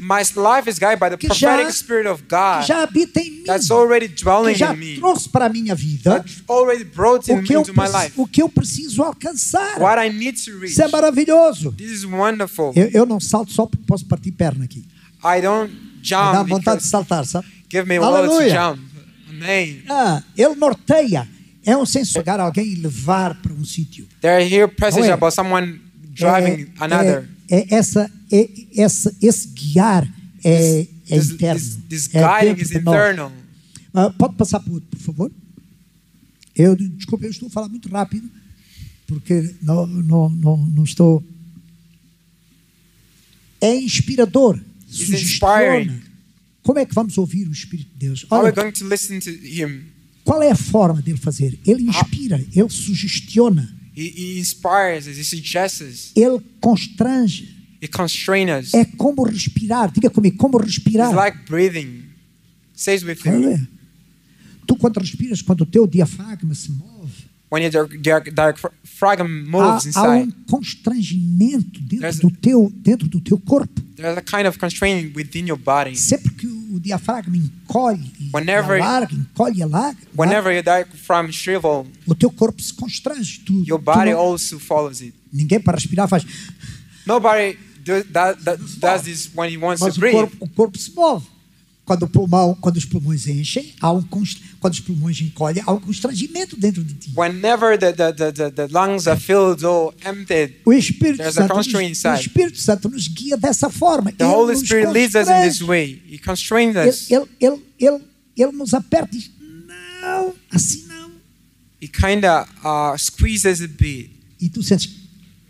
B: My life is guided by the
C: Que já-
B: prophetic spirit of
C: que
B: God
C: já habita em mim.
B: Ah. that's already
C: Que
B: dwelling
C: já
B: in me.
C: trouxe para a minha vida.
B: that already brought
C: o
B: him
C: que, eu
B: into my
C: preci-
B: life.
C: o que eu preciso alcançar.
B: What I need to reach.
C: Isso é maravilhoso.
B: This is wonderful.
C: Eu, eu não salto só porque posso partir perna aqui.
B: I don't
C: Me dá
B: jump.
C: vontade de
B: because-
C: saltar, sabe?
B: Give me loads
C: Aleluia.
B: to jump. Amém.
C: Ah, ele norteia. É um senso de pegar alguém e levar para um sítio.
B: There I hear passage
C: Não é?
B: about someone driving another.
C: é, é, é essa, é, essa, esse guiar é, é
B: this,
C: interno.
B: this, this
C: é
B: guiding
C: dentro
B: is
C: de nós.
B: internal.
C: Ah, pode passar para o outro, por favor? Eu, desculpa, eu estou a falar muito rápido, porque não, não, não, não estou. É inspirador.
B: inspiring.
C: Sugestiona. Como é que vamos ouvir o Espírito de Deus?
B: How are we
C: Olha,
B: going to listen to him?
C: qual é a forma dele fazer? Ele
B: Ah.
C: inspira, ele sugestiona,
B: He, he inspires us, he suggests us,
C: ele constrange.
B: he constrains us.
C: É como respirar. Diga comigo, como respirar.
B: It's like breathing. Says with
C: Quer
B: him.
C: ver? Tu, quando respiras, quando o teu diafragma se move,
B: When your diaph- diaph- diaphragm
C: há,
B: moves
C: há um
B: inside,
C: constrangimento dentro
B: There's-
C: do, teu, dentro do teu corpo.
B: there's a kind of constraint within your body.
C: Sempre que o diafragma encolhe e
B: Whenever-
C: alarga, encolhe e alarga,
B: Whenever your diaphragm shrivel,
C: o teu corpo se constrange. Tu,
B: your
C: tu
B: body
C: não-
B: also follows it.
C: ninguém para respirar faz,
B: Nobody do, that, that, does this when he wants
C: mas
B: to
C: o
B: breathe.
C: corpo, o corpo se move. Quando, o pulmão, quando os pulmões enchem, há um const- quando os pulmões encolhem, há um constrangimento dentro de ti.
B: Whenever the, the, the, the, the lungs are filled or emptied,
C: O Espírito,
B: There's a
C: Santo nos,
B: constraint
C: o
B: inside.
C: Espírito Santo nos guia dessa forma.
B: the
C: Ele
B: Holy
C: nos
B: Spirit leads us in this
C: constrange.
B: way. He constrains us.
C: ele, ele, ele, ele, ele nos aperta e diz, não, assim não.
B: He kind of uh, squeezes a bit.
C: E tu sentes,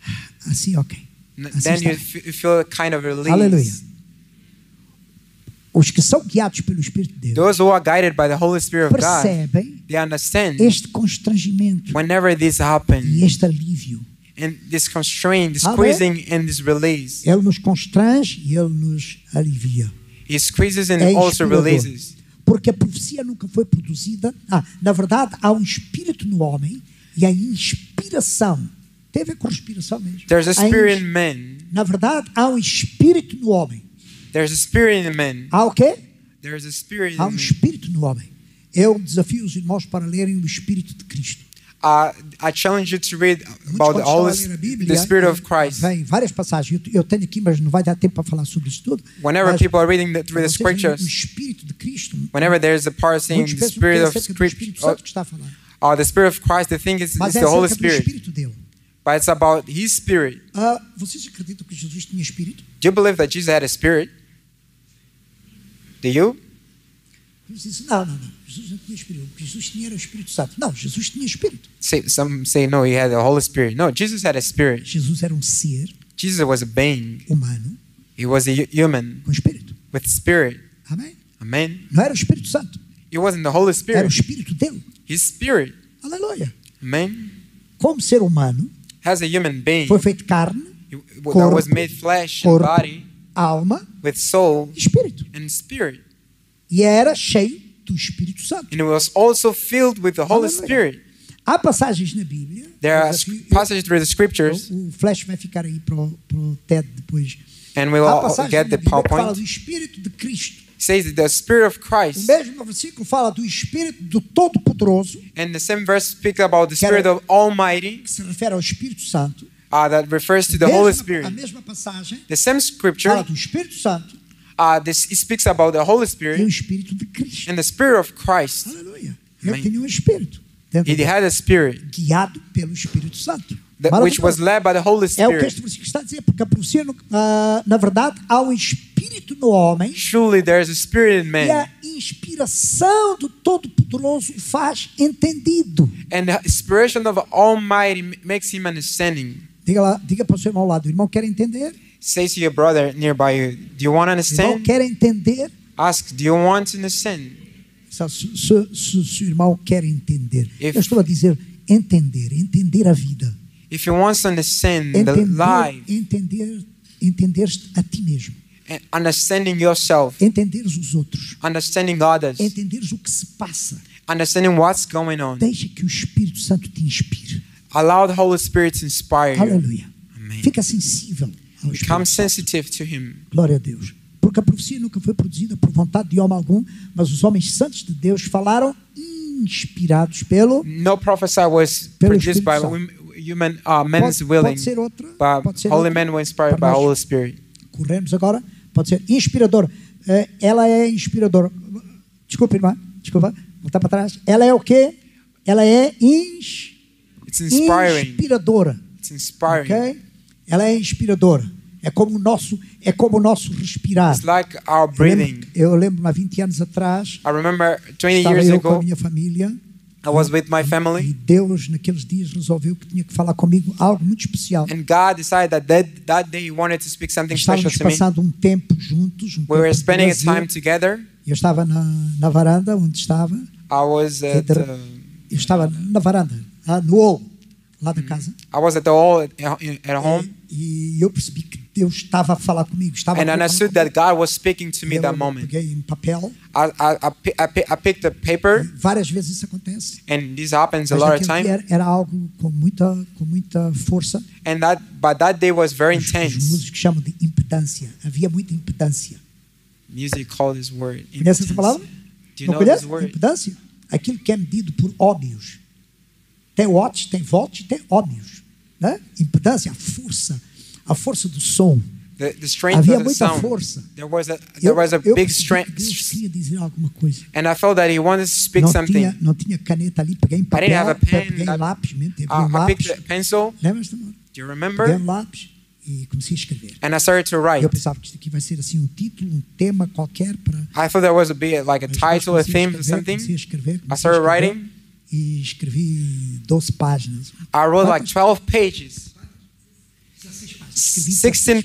C: "Ah, assim, ok.
B: N-
C: Assim
B: Then
C: está
B: you
C: bem."
B: f- you feel a kind of release.
C: Aleluia. Os que são guiados pelo Espírito de Deus
B: Those who are guided by the Holy Spirit of God,
C: percebem
B: they understand
C: este constrangimento
B: whenever this happens
C: e este alívio.
B: and this constraint, this
C: Amen.
B: squeezing and this release.
C: Ele nos constrange e ele nos alivia.
B: He squeezes and
C: É
B: also
C: inspirador.
B: releases.
C: Porque a profecia nunca foi produzida. Ah, na verdade, há um espírito no homem e a inspiração. Tem a ver com respiração mesmo.
B: There's a
C: Há ins-
B: spirit in man.
C: Na verdade, há um espírito no homem.
B: There's a spirit in man.
C: Há o quê?
B: There's a spirit in
C: Há um
B: man.
C: espírito no homem. Eu desafio os irmãos para lerem o espírito de Cristo.
B: Uh, I challenge you to read about
C: Muitos,
B: the
C: quando estão
B: Holy,
C: a ler a Bíblia, ah,
B: the Spirit of Christ.
C: Vem várias passagens. Eu, eu tenho aqui, mas não vai dar tempo para falar sobre isso tudo.
B: Whenever
C: Mas
B: people are reading the, through the
C: vocês veem O
B: scriptures,
C: espírito de Cristo.
B: whenever there's a part saying
C: Muitos
B: the
C: pensam que é
B: Spirit of
C: acerca do Espírito Santo
B: Scripture,
C: que está a falar.
B: uh, the Spirit of Christ, the thing is,
C: Mas
B: is
C: é
B: the Holy
C: acerca do
B: Spirit.
C: espírito dele.
B: but it's about his spirit.
C: Ah, vocês acreditam que Jesus tinha espírito?
B: Do you believe that Jesus had a spirit? Do you?
C: Eles dizem, não, não, não. Jesus não tinha espírito. O que Jesus tinha era o Espírito Santo. Não, Jesus tinha espírito.
B: Say, some say no, he had the Holy Spirit. No, Jesus had a spirit.
C: Jesus era um ser
B: Jesus was a being.
C: humano
B: He was a hu- human
C: com espírito.
B: with spirit.
C: Amém?
B: Amen.
C: Não era o Espírito Santo.
B: It wasn't the Holy
C: Era o
B: Spirit.
C: espírito dele.
B: His spirit.
C: Aleluia.
B: Amen.
C: Como ser humano,
B: As a human being
C: foi feito carne,
B: he- that was
C: corpo,
B: made flesh and
C: corpo,
B: body
C: alma
B: with soul
C: e espírito.
B: and spirit.
C: E era cheio do Espírito Santo.
B: And it was also filled with the Holy
C: Hallelujah.
B: Spirit.
C: Há passagens na Bíblia.
B: There are
C: mas aqui-
B: passages through the scriptures,
C: o flash vai ficar aí para o TED depois.
B: and we'll
C: Há
B: all
C: passagens
B: get the
C: na Bíblia que fala
B: PowerPoint.
C: do Espírito de Cristo.
B: It says that the Spirit of
C: O
B: Christ
C: mesmo versículo fala do Espírito do Todo-Poderoso,
B: And the same verse speaks about the
C: Quero-
B: Spirit of Almighty
C: que se refere ao Espírito Santo.
B: uh, that refers to the
C: Mesma-
B: Holy
C: A
B: Spirit.
C: mesma passagem
B: The same
C: fala
B: scripture
C: do Espírito Santo
B: uh, this, it speaks about the Holy
C: e o
B: Spirit
C: Espírito de Cristo.
B: and the Spirit of Christ.
C: Aleluia. Ele
B: Amém.
C: tinha um Espírito. dentro
B: It
C: dele.
B: had a Spirit
C: guiado pelo Espírito Santo.
B: that, which
C: Maravilhoso.
B: was led by the Holy
C: É o que
B: Spirit.
C: este versículo está a dizer, porque a profecia, no- ah, na verdade, há um Espírito no homem
B: Surely there is a Spirit in
C: e a
B: man,
C: inspiração do Todo-Poderoso o faz entendido.
B: and the inspiration of Almighty m- makes him understanding.
C: Diga, lá, diga para o seu irmão ao lado, o irmão quer entender?
B: Say to your brother nearby you, Do you want to
C: O irmão
B: understand?
C: quer entender?
B: Ask, Do you want to understand?
C: Se o se, se- se o seu irmão quer entender.
B: If-
C: Eu estou a dizer entender, entender a vida.
B: If he wants to understand the
C: Entender,
B: life,
C: entender, entender a ti mesmo.
B: and understanding yourself,
C: Entenderes os outros.
B: understanding others,
C: Entenderes o que se passa.
B: understanding what's going on.
C: Deixa que o Espírito Santo te inspire.
B: Allow the Holy Spirit to inspire you.
C: Aleluia.
B: Amém.
C: Fica sensível ao
B: Become
C: Espírito.
B: sensitive to Him.
C: Glória a Deus. Porque a profecia nunca foi produzida por vontade de homem algum, mas os homens santos de Deus falaram inspirados pelo.
B: No prophecy was
C: Pelo
B: produced by
C: Espírito Santo.
B: women, human, uh, men's
C: Pode,
B: willing,
C: pode ser outra.
B: but
C: Pode ser
B: holy
C: outra.
B: men were inspired
C: Para
B: by
C: nós
B: Holy Spirit.
C: Corremos agora. Pode ser inspirador. é, ela é inspiradora. Desculpa, irmã. Desculpa. Voltar para trás. Ela é o quê? Ela é ins-
B: It's inspiring.
C: inspiradora.
B: It's inspiring.
C: Ok? Ela é inspiradora. É como o nosso, é como o nosso respirar.
B: It's like our
C: Eu lembro,
B: breathing.
C: eu lembro há 20 anos atrás,
B: I remember 20
C: estava
B: years
C: eu com a
B: ago,
C: minha família né?
B: I was with my
C: e
B: family,
C: Deus naqueles dias resolveu que tinha que falar comigo algo muito especial.
B: and God decided that that, that day He wanted to speak something special
C: Estávamos
B: to me.
C: passando um tempo juntos, um
B: We were
C: tempo de
B: spending
C: lazer.
B: time together.
C: Eu estava na, na varanda onde estava,
B: I was at,
C: Entre-
B: uh,
C: eu estava na varanda, lá no hall, lá da casa.
B: I was at the hall at, at Hum. home,
C: E eu percebi que Deus estava a falar comigo. Estava
B: and I understood that God was speaking to me
C: eu
B: that moment.
C: peguei um papel.
B: I, I, I, pi- I, pi- I picked up paper,
C: Várias vezes isso acontece.
B: and this happens a
C: Mas
B: lot of
C: naquele dia
B: time.
C: Era, era algo com muita, com muita força.
B: And that, but that day was very
C: Os, os
B: intense.
C: músicos chamam de impedância. Havia muita impedância.
B: Music called this word.
C: Conhece essa
B: intense.
C: palavra?
B: Do you
C: Não
B: know this
C: conhece?
B: word?
C: Impedância? Aquilo que é medido por óbios. Tem watts, tem volts, tem óbios. Né? Impedância, a força. A força do som.
B: The, the strength
C: Havia
B: of the
C: muita
B: sound.
C: força.
B: There was a
C: Eu,
B: there was a
C: eu
B: big
C: percebi que Deus
B: strength,
C: queria dizer alguma coisa.
B: and I felt that he wanted to speak
C: Não
B: something.
C: tinha, não tinha caneta ali, peguei em papel,
B: have a pen,
C: peguei
B: I-
C: lápis mesmo, teve
B: I,
C: um
B: I
C: lápis.
B: picked a pencil.
C: Lembras-te? amor?
B: Do you
C: Peguei um
B: remember?
C: lápis e comecei a escrever.
B: And I started to write.
C: Eu pensava que isto aqui vai ser assim um título, um tema qualquer para
B: I thought there was a bit like a
C: Mas
B: title, a
C: comecei
B: theme, or
C: escrever,
B: something.
C: comecei a escrever,
B: I
C: comecei
B: started
C: a escrever,
B: writing.
C: E escrevi 12 páginas.
B: I wrote like
C: Quantas?
B: 12 pages,
C: 16 páginas. Escrevi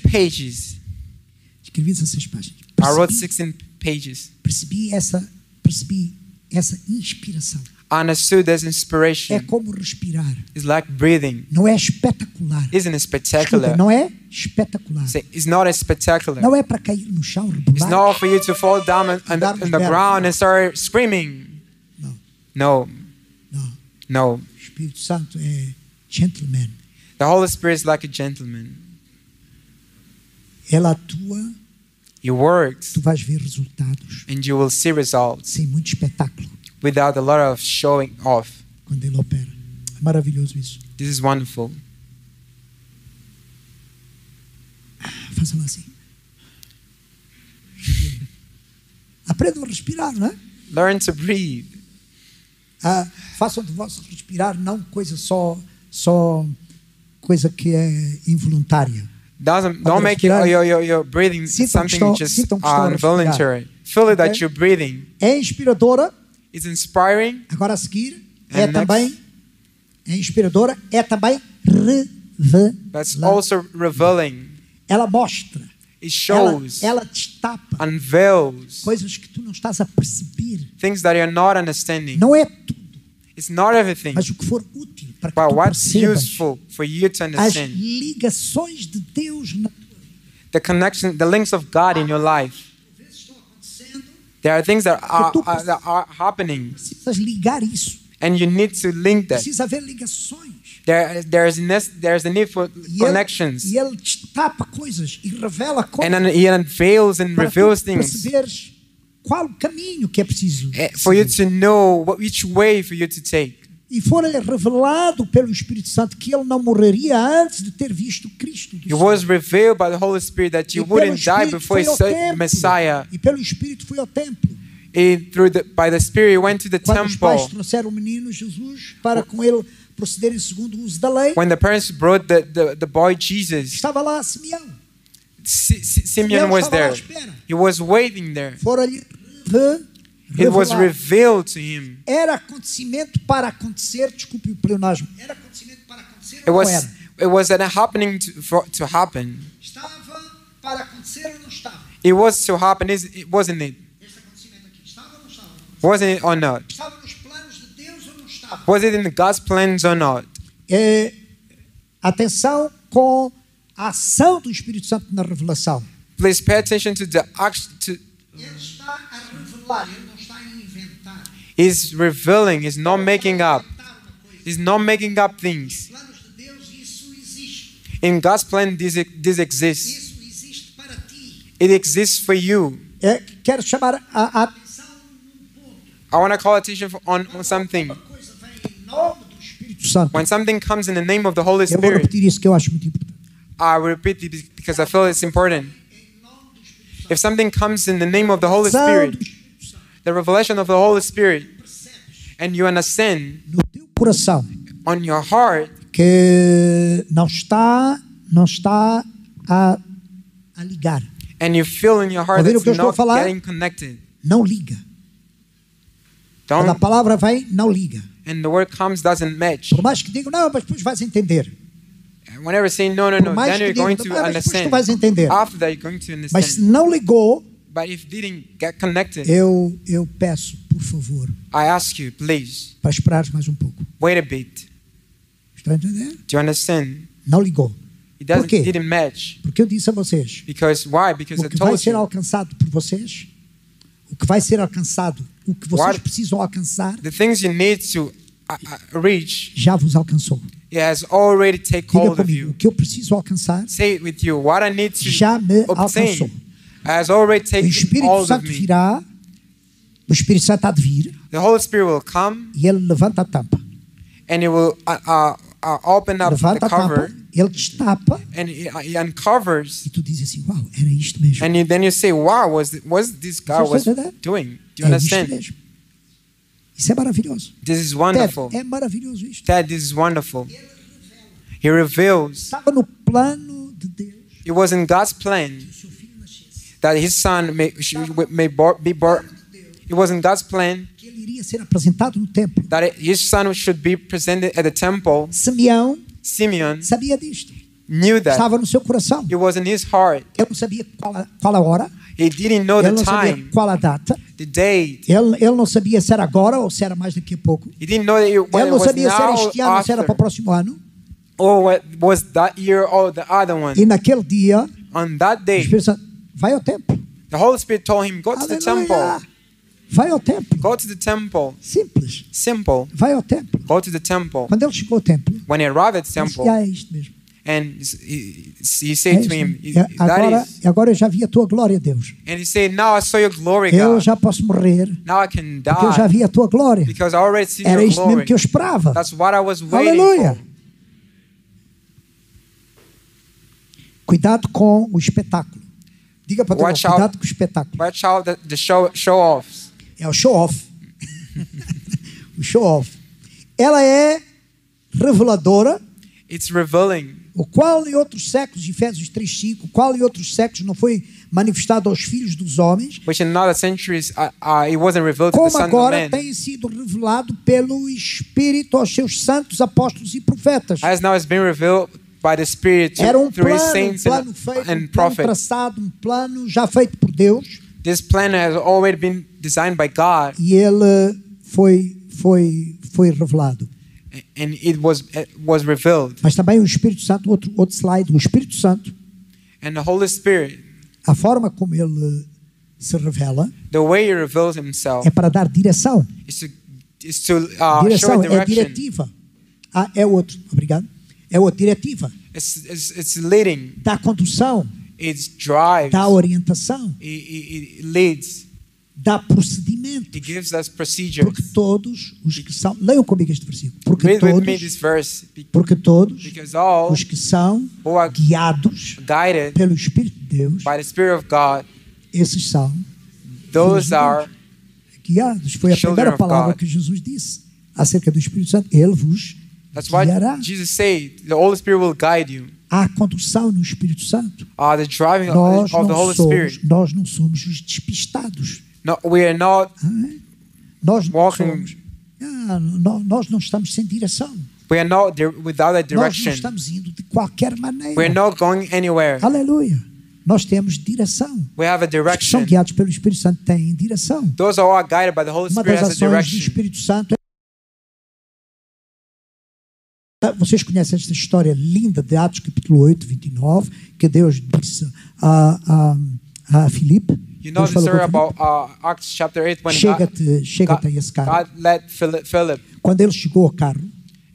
B: 16 pages.
C: Escrevi 16 páginas.
B: I wrote
C: Percebi,
B: 16 pages.
C: percebi essa, percebi essa inspiração.
B: I understood there's
C: É
B: inspiration.
C: como respirar.
B: It's like breathing.
C: Não é espetacular.
B: Isn't it
C: Desculpa,
B: spectacular?
C: não é espetacular.
B: Say, It's not as spectacular.
C: Não é para cair no chão,
B: It's
C: rebolar.
B: not for you to fall down on, on, the, on the ground and start screaming.
C: Não,
B: No,
C: não.
B: no.
C: O Espírito Santo é gentleman.
B: The Holy Spirit is like a gentleman.
C: Ela atua,
B: He works
C: tu vais ver resultados
B: and you will see results
C: sem muito espetáculo
B: without a lot of showing off.
C: quando ele opera. É maravilhoso isso.
B: This is wonderful.
C: Faça lá assim. Aprendam a respirar, não é?
B: Learn to breathe.
C: Ah, façam de vós respirar não coisa só, só coisa que é involuntária.
B: Doesn't
C: Agora,
B: don't make it
C: respirar-
B: your your your breathing
C: Sintam que
B: something
C: estão-
B: just
C: sintam que estão a
B: involuntary. Feel it
C: Ok?
B: that you're breathing.
C: É inspiradora,
B: It's inspiring.
C: agora a seguir, é
B: And next?
C: também é inspiradora, é também
B: That's
C: revelada.
B: also revealing.
C: Ela mostra,
B: It
C: ela,
B: shows,
C: ela destapa
B: unveils
C: coisas que tu não estás a perceber.
B: things that you're not understanding.
C: Não é tudo,
B: It's not everything,
C: mas o que for útil para que
B: but
C: tu
B: what's
C: percebas
B: useful for you to
C: as
B: understand.
C: ligações de Deus na
B: The connection, the links of God in your life.
C: vezes estão acontecendo.
B: There are things that are,
C: tu
B: are- that are happening,
C: Precisas ligar isso.
B: and you need to link that.
C: Precisa haver ligações.
B: There, there is nec- there is a need for
C: E
B: connections,
C: Ele, e ele destapa coisas e revela coisas.
B: and then He unveils and
C: para
B: reveals
C: tu
B: things.
C: perceberes qual o caminho que é preciso.
B: eh, for you
C: seguir.
B: to know what, which way for you to take.
C: E foi-lhe revelado pelo Espírito Santo que ele não morreria antes de ter visto Cristo. do
B: It
C: Senhor.
B: was revealed by the Holy Spirit that
C: E
B: you
C: pelo
B: wouldn't die
C: Espírito
B: before
C: foi
B: you
C: ao
B: saw the
C: templo.
B: Messiah.
C: E pelo Espírito foi ao templo.
B: He, through the, by the Spirit, he went to the
C: Quando os pais
B: temple.
C: trouxeram o menino Jesus para com ele procederem segundo o uso da lei,
B: When the parents brought the, the, the boy Jesus,
C: estava lá Simeão.
B: Si- Si- Simeon was
C: estava lá à
B: there.
C: espera.
B: He was waiting there.
C: Fora-lhe re-
B: It was
C: revelado.
B: revealed to him.
C: Era acontecimento para acontecer, desculpe o pleonasmo. Era acontecimento para acontecer
B: It
C: ou não
B: was
C: era?
B: it was an happening to, for, to happen.
C: Estava para acontecer ou não estava?
B: It was to happen, is it wasn't it?
C: Este acontecimento aqui estava ou não estava?
B: Wasn't it or not?
C: Estava nos planos de Deus ou não estava?
B: Was it in God's plans or not?
C: É, atenção com a ação do Espírito Santo na revelação.
B: Please pay attention to the act to
C: Ele está a revelar, ele não está a inventar.
B: He's revealing, he's not making up.
C: Inventar uma coisa.
B: He's not making up things.
C: Planos de Deus, isso existe.
B: In God's plan, this, this exists.
C: Isso existe para ti.
B: It exists for you.
C: É, quero chamar a, a atenção num ponto.
B: I want to call attention for- on, on something.
C: Uma coisa vem em nome do Espírito Santo.
B: When something comes in the name of the Holy
C: Eu vou
B: Spirit,
C: repetir isso que eu acho muito importante.
B: I repeat it because I feel it's important.
C: Em nome do Espírito Santo.
B: If something comes in the name of the Holy
C: Sabe?
B: Spirit, the revelation of the Holy Spirit, and you understand
C: no teu coração
B: on your heart
C: que não está, não está a, a ligar.
B: and you feel in your heart
C: Ouvir
B: that's
C: o que eu estou a
B: not
C: falar?
B: getting connected.
C: Não liga. Quando a
B: Don't
C: palavra vem, não liga.
B: and the word comes doesn't match.
C: Por mais que digam, não, mas depois vais entender.
B: And whenever saying no, no,
C: Por
B: no,
C: mais
B: then
C: que
B: you're
C: digam,
B: going
C: "Não,
B: to
C: mas depois tu
B: understand.
C: vais entender.
B: After that, you're going to
C: Mas se
B: understand.
C: não ligou,
B: But if didn't get connected,
C: eu, eu peço, por favor,
B: I ask you, please
C: para esperares mais um pouco.
B: wait a bit.
C: Estão a entender?
B: Do you understand?
C: Não ligou.
B: It doesn't
C: quê?
B: didn't match
C: Porque eu disse a vocês,
B: because why? Because I
C: o que vai
B: told
C: ser
B: you
C: alcançado por vocês, o que vai ser alcançado, o que vocês
B: Guarda.
C: precisam alcançar,
B: the things you need to uh, uh, reach.
C: já vos alcançou.
B: It has already take
C: Diga
B: hold of
C: comigo, o
B: you.
C: que eu preciso alcançar,
B: Say it with you. What I need to
C: já me alcançou.
B: obtain has already
C: O
B: taken
C: Espírito
B: hold of
C: Santo
B: me.
C: virá, o Espírito Santo há de vir,
B: The Holy Spirit will come
C: e ele levanta a tampa.
B: and it will uh, uh, uh, open up
C: Levanta
B: the
C: a tampa,
B: cover
C: ele destapa,
B: and it, uh, it uncovers.
C: e tu dizes assim, uau, era isto mesmo.
B: And you, then you say, "Wow, was was this guy was
C: Vocês entenderam?
B: doing? Do you
C: É isto
B: understand?
C: mesmo. Isso é maravilhoso.
B: This is
C: Ted,
B: wonderful.
C: é maravilhoso isto.
B: That this is wonderful." He reveals
C: Estava no plano de Deus
B: it was in God's plan
C: que o seu filho nascesse,
B: that His Son may, should- may bor- be born. It was in God's plan
C: que ele iria ser apresentado no templo.
B: that His Son should be presented at the temple.
C: Simeão
B: Simeon
C: sabia disto.
B: knew that
C: Estava no seu coração.
B: it was in his heart.
C: Ele não sabia qual a, qual a hora,
B: He didn't know
C: ele
B: the
C: não sabia
B: time,
C: qual a data,
B: the date.
C: ele, ele não sabia se era agora ou se era mais daqui a pouco.
B: He didn't know that it,
C: Ele
B: whether it
C: não
B: was
C: sabia se era
B: now
C: este ano ou se era para o
B: after,
C: próximo ano.
B: or what was that year or the other one.
C: E naquele dia,
B: On that
C: o
B: day,
C: Espírito Santo, vai ao templo.
B: The Holy Spirit told him, Go to the temple.
C: Aleluia! Vai ao templo.
B: Go to the temple.
C: Simples.
B: Simple.
C: Vai ao templo.
B: Go to the temple.
C: Quando ele chegou ao templo, ele
B: When he arrived at the
C: disse, ah,
B: temple,
C: é isto mesmo.
B: and he, he
C: É
B: said
C: isto
B: to him,
C: mesmo. É,
B: That
C: agora,
B: is.
C: agora eu já vi a tua glória, Deus.
B: And he said, Now I saw your glory,
C: Eu
B: God.
C: já posso morrer,
B: Now I can
C: porque eu já
B: die
C: vi a tua glória.
B: because I already see
C: Era
B: your
C: isto mesmo
B: glory.
C: que eu esperava.
B: That's what I was waiting
C: Aleluia!
B: for.
C: Cuidado com o espetáculo. Diga para todo mundo,
B: Watch out.
C: cuidado com o espetáculo.
B: Watch out the, the show, show offs.
C: É o show-off. o show-off. Ela é reveladora,
B: It's revealing.
C: o qual em outros séculos, Efésios 3.5, o qual em outros séculos não foi manifestado aos filhos dos homens,
B: Which in other centuries, uh, uh, it wasn't revealed to the
C: como
B: Son of
C: agora
B: Man.
C: tem sido revelado pelo Espírito aos seus santos apóstolos e profetas.
B: As now it's been revealed by the Spirit
C: Era
B: to
C: um
B: Tipo, three
C: plano, um
B: saints
C: plano
B: and,
C: feito, um
B: and
C: plano
B: prophets.
C: traçado, um plano já feito por Deus.
B: This plan has already been designed by God,
C: E ele foi, foi, foi revelado.
B: and it was it was revealed.
C: Mas também o Espírito Santo, outro, outro slide, o Espírito Santo,
B: And the Holy Spirit,
C: a forma como ele se revela
B: the way He reveals Himself,
C: é para dar direção.
B: is to is to uh, show
C: direção
B: a
C: é
B: direction.
C: diretiva. Ah, é outro, obrigado. É outra diretiva.
B: It's, it's it's leading.
C: Dá condução,
B: It's drives.
C: dá
B: It,
C: orientação,
B: it, it it leads.
C: dá procedimento.
B: It gives us
C: Porque
B: procedures.
C: todos os que são. Leiam comigo este versículo. Porque
B: Read with me
C: todos,
B: this verse be-
C: porque todos
B: because all
C: os que são
B: who are
C: guiados
B: guided
C: pelo Espírito de Deus,
B: by the Spirit of God,
C: esses são
B: those are
C: guiados. Foi a
B: Children
C: primeira
B: of
C: palavra
B: God.
C: que Jesus disse acerca do Espírito Santo. Ele vos
B: that's what
C: guiará.
B: Jesus said. The Holy Spirit will guide you.
C: Há condução no Espírito Santo.
B: Uh, the driving of,
C: Nós
B: of the
C: não,
B: Holy
C: somos,
B: Spirit.
C: nós não somos os despistados.
B: No, we are not
C: Nós não
B: Walking.
C: somos. Ah, nó- nós não estamos sem direção.
B: We are not di- without a
C: Nós não
B: direction.
C: estamos indo de qualquer
B: We're
C: maneira.
B: not going anywhere.
C: Aleluia. Nós temos direção.
B: We have a
C: Os que são
B: direction.
C: guiados pelo Espírito Santo têm direção.
B: Those are all guided by the Holy
C: Uma
B: Spirit
C: das
B: has a
C: ações do
B: direction.
C: Espírito Santo é. Vocês conhecem esta história linda de Atos capítulo 8, 29, que Deus disse a, a, a Filipe.
B: You know
C: Deus
B: the story
C: falou com Filipe,
B: about uh, Acts chapter 8 when God,
C: Chega-te, chega-te a esse
B: God,
C: carro.
B: God led Philip, Philip
C: Quando ele chegou ao carro,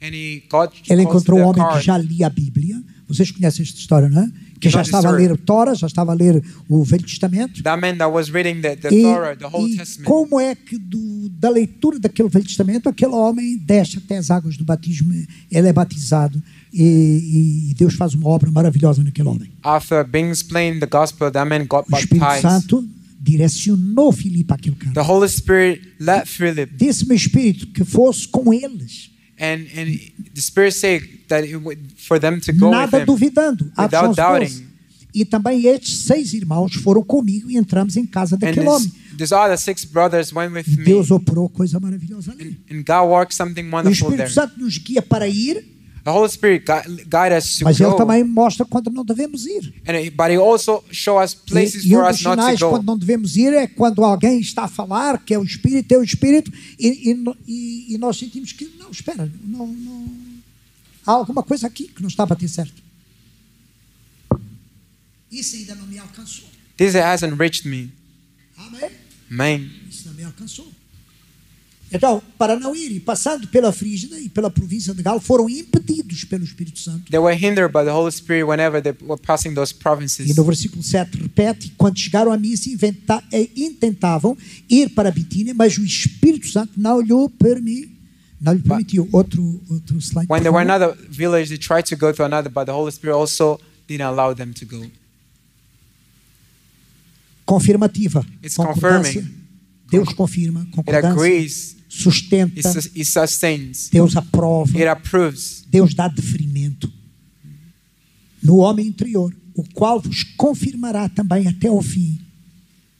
B: and he got
C: ele
B: close to
C: encontrou um
B: the
C: homem
B: car.
C: que já lia a Bíblia. Vocês conhecem esta história, não é? Que
B: You
C: já
B: know the
C: estava a
B: story.
C: ler o Torá, já estava a ler o Velho Testamento.
B: That man that was reading the, the
C: E,
B: Torah, the Whole
C: e
B: Testament.
C: como é que do, da leitura daquele Velho Testamento, aquele homem desce até as águas do batismo, ele é batizado e, e Deus faz uma obra maravilhosa naquele homem.
B: After being explained the gospel, that man got
C: O Espírito
B: baptized.
C: Santo direcionou Filipe para aquele cara.
B: The Holy Spirit led Philip,
C: Disse-me o Espírito que fosse com eles,
B: and, and the Spirit said that it would, for them to go
C: nada
B: with him.
C: duvidando. Atos
B: Without
C: 11,
B: doubting.
C: E também estes seis irmãos foram comigo e entramos em casa
B: And
C: daquele
B: this,
C: homem.
B: these other six brothers went with me,
C: Deus operou coisa maravilhosa ali.
B: and God worked something
C: O
B: wonderful there.
C: Espírito Santo nos guia para ir,
B: The Holy Spirit gui- guide us to
C: mas ele
B: go,
C: também mostra quando não devemos ir.
B: and it, but He also show us places
C: E, e
B: for
C: um dos
B: us not to
C: sinais
B: go.
C: quando não devemos ir é quando alguém está a falar que é o Espírito, é o Espírito, e, e no- e- e nós sentimos que, não, espera, não, não- há alguma coisa aqui que não está a bater certo. Isso ainda não me alcançou.
B: This hasn't reached me.
C: Amém?
B: Amen.
C: Isso não me alcançou. Então, para não ir, e passando pela Frígida e pela província de Galo, foram impedidos pelo Espírito Santo.
B: They were hindered by the Holy Spirit whenever they were passing those
C: E
B: provinces.
C: no versículo 7 repete: quando chegaram a mim, se inventa- eh, intentavam ir para Bitínia, mas o Espírito Santo não lhe, permi, não lhe permitiu. Outro, outro slide.
B: When
C: por
B: they were
C: favor.
B: in another village, they tried to go to another, but the Holy Spirit also didn't allow them to go.
C: Confirmativa.
B: It's
C: concordância.
B: confirming.
C: Deus confirma,
B: It
C: concordância,
B: agrees, it,
C: sustenta,
B: sus- it sustains,
C: Deus aprova,
B: it approves.
C: Deus dá deferimento no homem interior, o qual vos confirmará também até ao fim,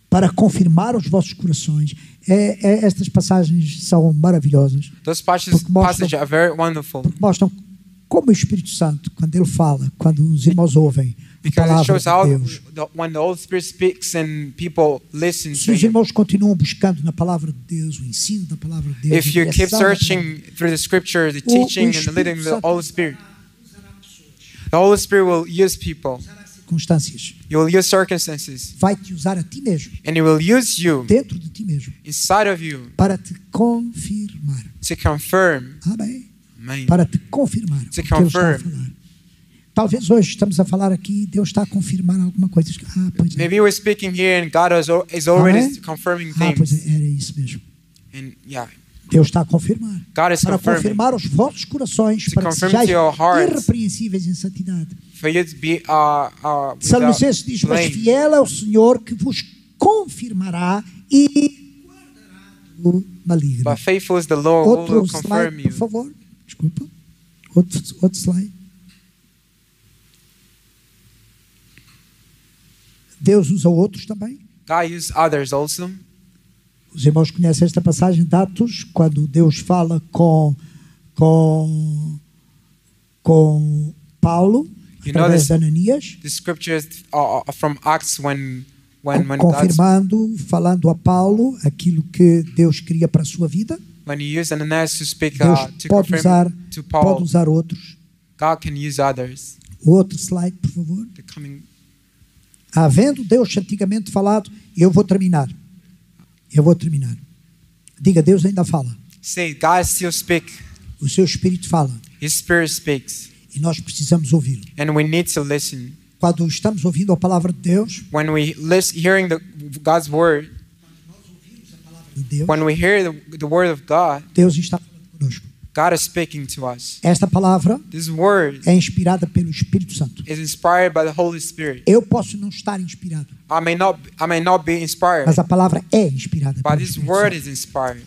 C: para confirmar os vossos corações. É- é- estas passagens são maravilhosas.
B: Those passages,
C: Porque mostra-
B: passages are very wonderful
C: mostram como o Espírito Santo, quando ele fala, quando os irmãos ouvem a
B: because it
C: palavra
B: shows how
C: de Deus,
B: the, when the Holy Spirit speaks and people listen
C: se
B: to
C: os
B: Him.
C: irmãos continuam buscando na palavra de Deus, o ensino da palavra de Deus, é
B: If
C: a
B: you keep
C: direção da
B: searching through the Scripture, the
C: O- o
B: teaching, and the leading of the
C: Espírito Santo-
B: Holy Spirit, the Holy Spirit will use people,
C: palavra, as circunstâncias,
B: He will use circumstances,
C: vai te usar a ti mesmo,
B: and He will use you
C: dentro de ti mesmo,
B: inside of you
C: para te confirmar.
B: to confirm.
C: Amém?
B: Amen.
C: Para te confirmar.
B: To
C: o que ele está a
B: confirm.
C: falar. Talvez hoje estamos a falar aqui, Deus está a confirmar alguma coisa. Ah, pois é.
B: Maybe we're speaking here and God is, al- is already
C: Amen.
B: confirming
C: Ah, pois
B: things.
C: é, era isso mesmo.
B: And yeah,
C: Deus está a confirmar.
B: God is
C: para
B: confirming.
C: confirmar os vossos corações,
B: To
C: para que
B: confirm to
C: sejais
B: your hearts.
C: irrepreensíveis em santidade.
B: For you to be uh, uh, without
C: Salonicenses diz: Mas
B: blame.
C: fiel é o Senhor que vos confirmará e guardará do maligno.
B: But faithful is the Lord who
C: Outro
B: will confirm
C: slide,
B: you.
C: por favor. Desculpa. Outro, outro slide. Deus usa outros também.
B: God used others also.
C: Os irmãos conhecem esta passagem de Atos, quando Deus fala com, com, com Paulo,
B: You know
C: através
B: this-
C: de Ananias,
B: The scriptures are are from Acts when when when God
C: confirmando, falando a Paulo aquilo que Deus queria para a sua vida.
B: when He used Ananias to speak
C: Deus
B: uh, to
C: pode usar,
B: confirm to
C: pode
B: Paul,
C: usar outros.
B: God can use others.
C: O outro slide, por favor.
B: The coming.
C: Havendo Deus antigamente falado, eu vou terminar. Eu vou terminar. Diga, Deus ainda fala.
B: Say God still speak.
C: O seu espírito fala.
B: His Spirit speaks,
C: E nós precisamos ouvi-lo.
B: and we need to listen.
C: Quando estamos ouvindo a palavra de Deus,
B: When we listen, hearing the God's word,
C: de Deus,
B: when we hear the, the word of God,
C: Deus está falando conosco.
B: God is speaking to us.
C: Esta palavra
B: This word
C: é inspirada pelo Espírito Santo.
B: is inspired by the Holy Spirit.
C: Eu posso não estar inspirado,
B: I may not I may not be inspired,
C: mas a palavra é inspirada
B: but
C: pelo
B: this
C: Espírito
B: word
C: Santo.
B: is inspired.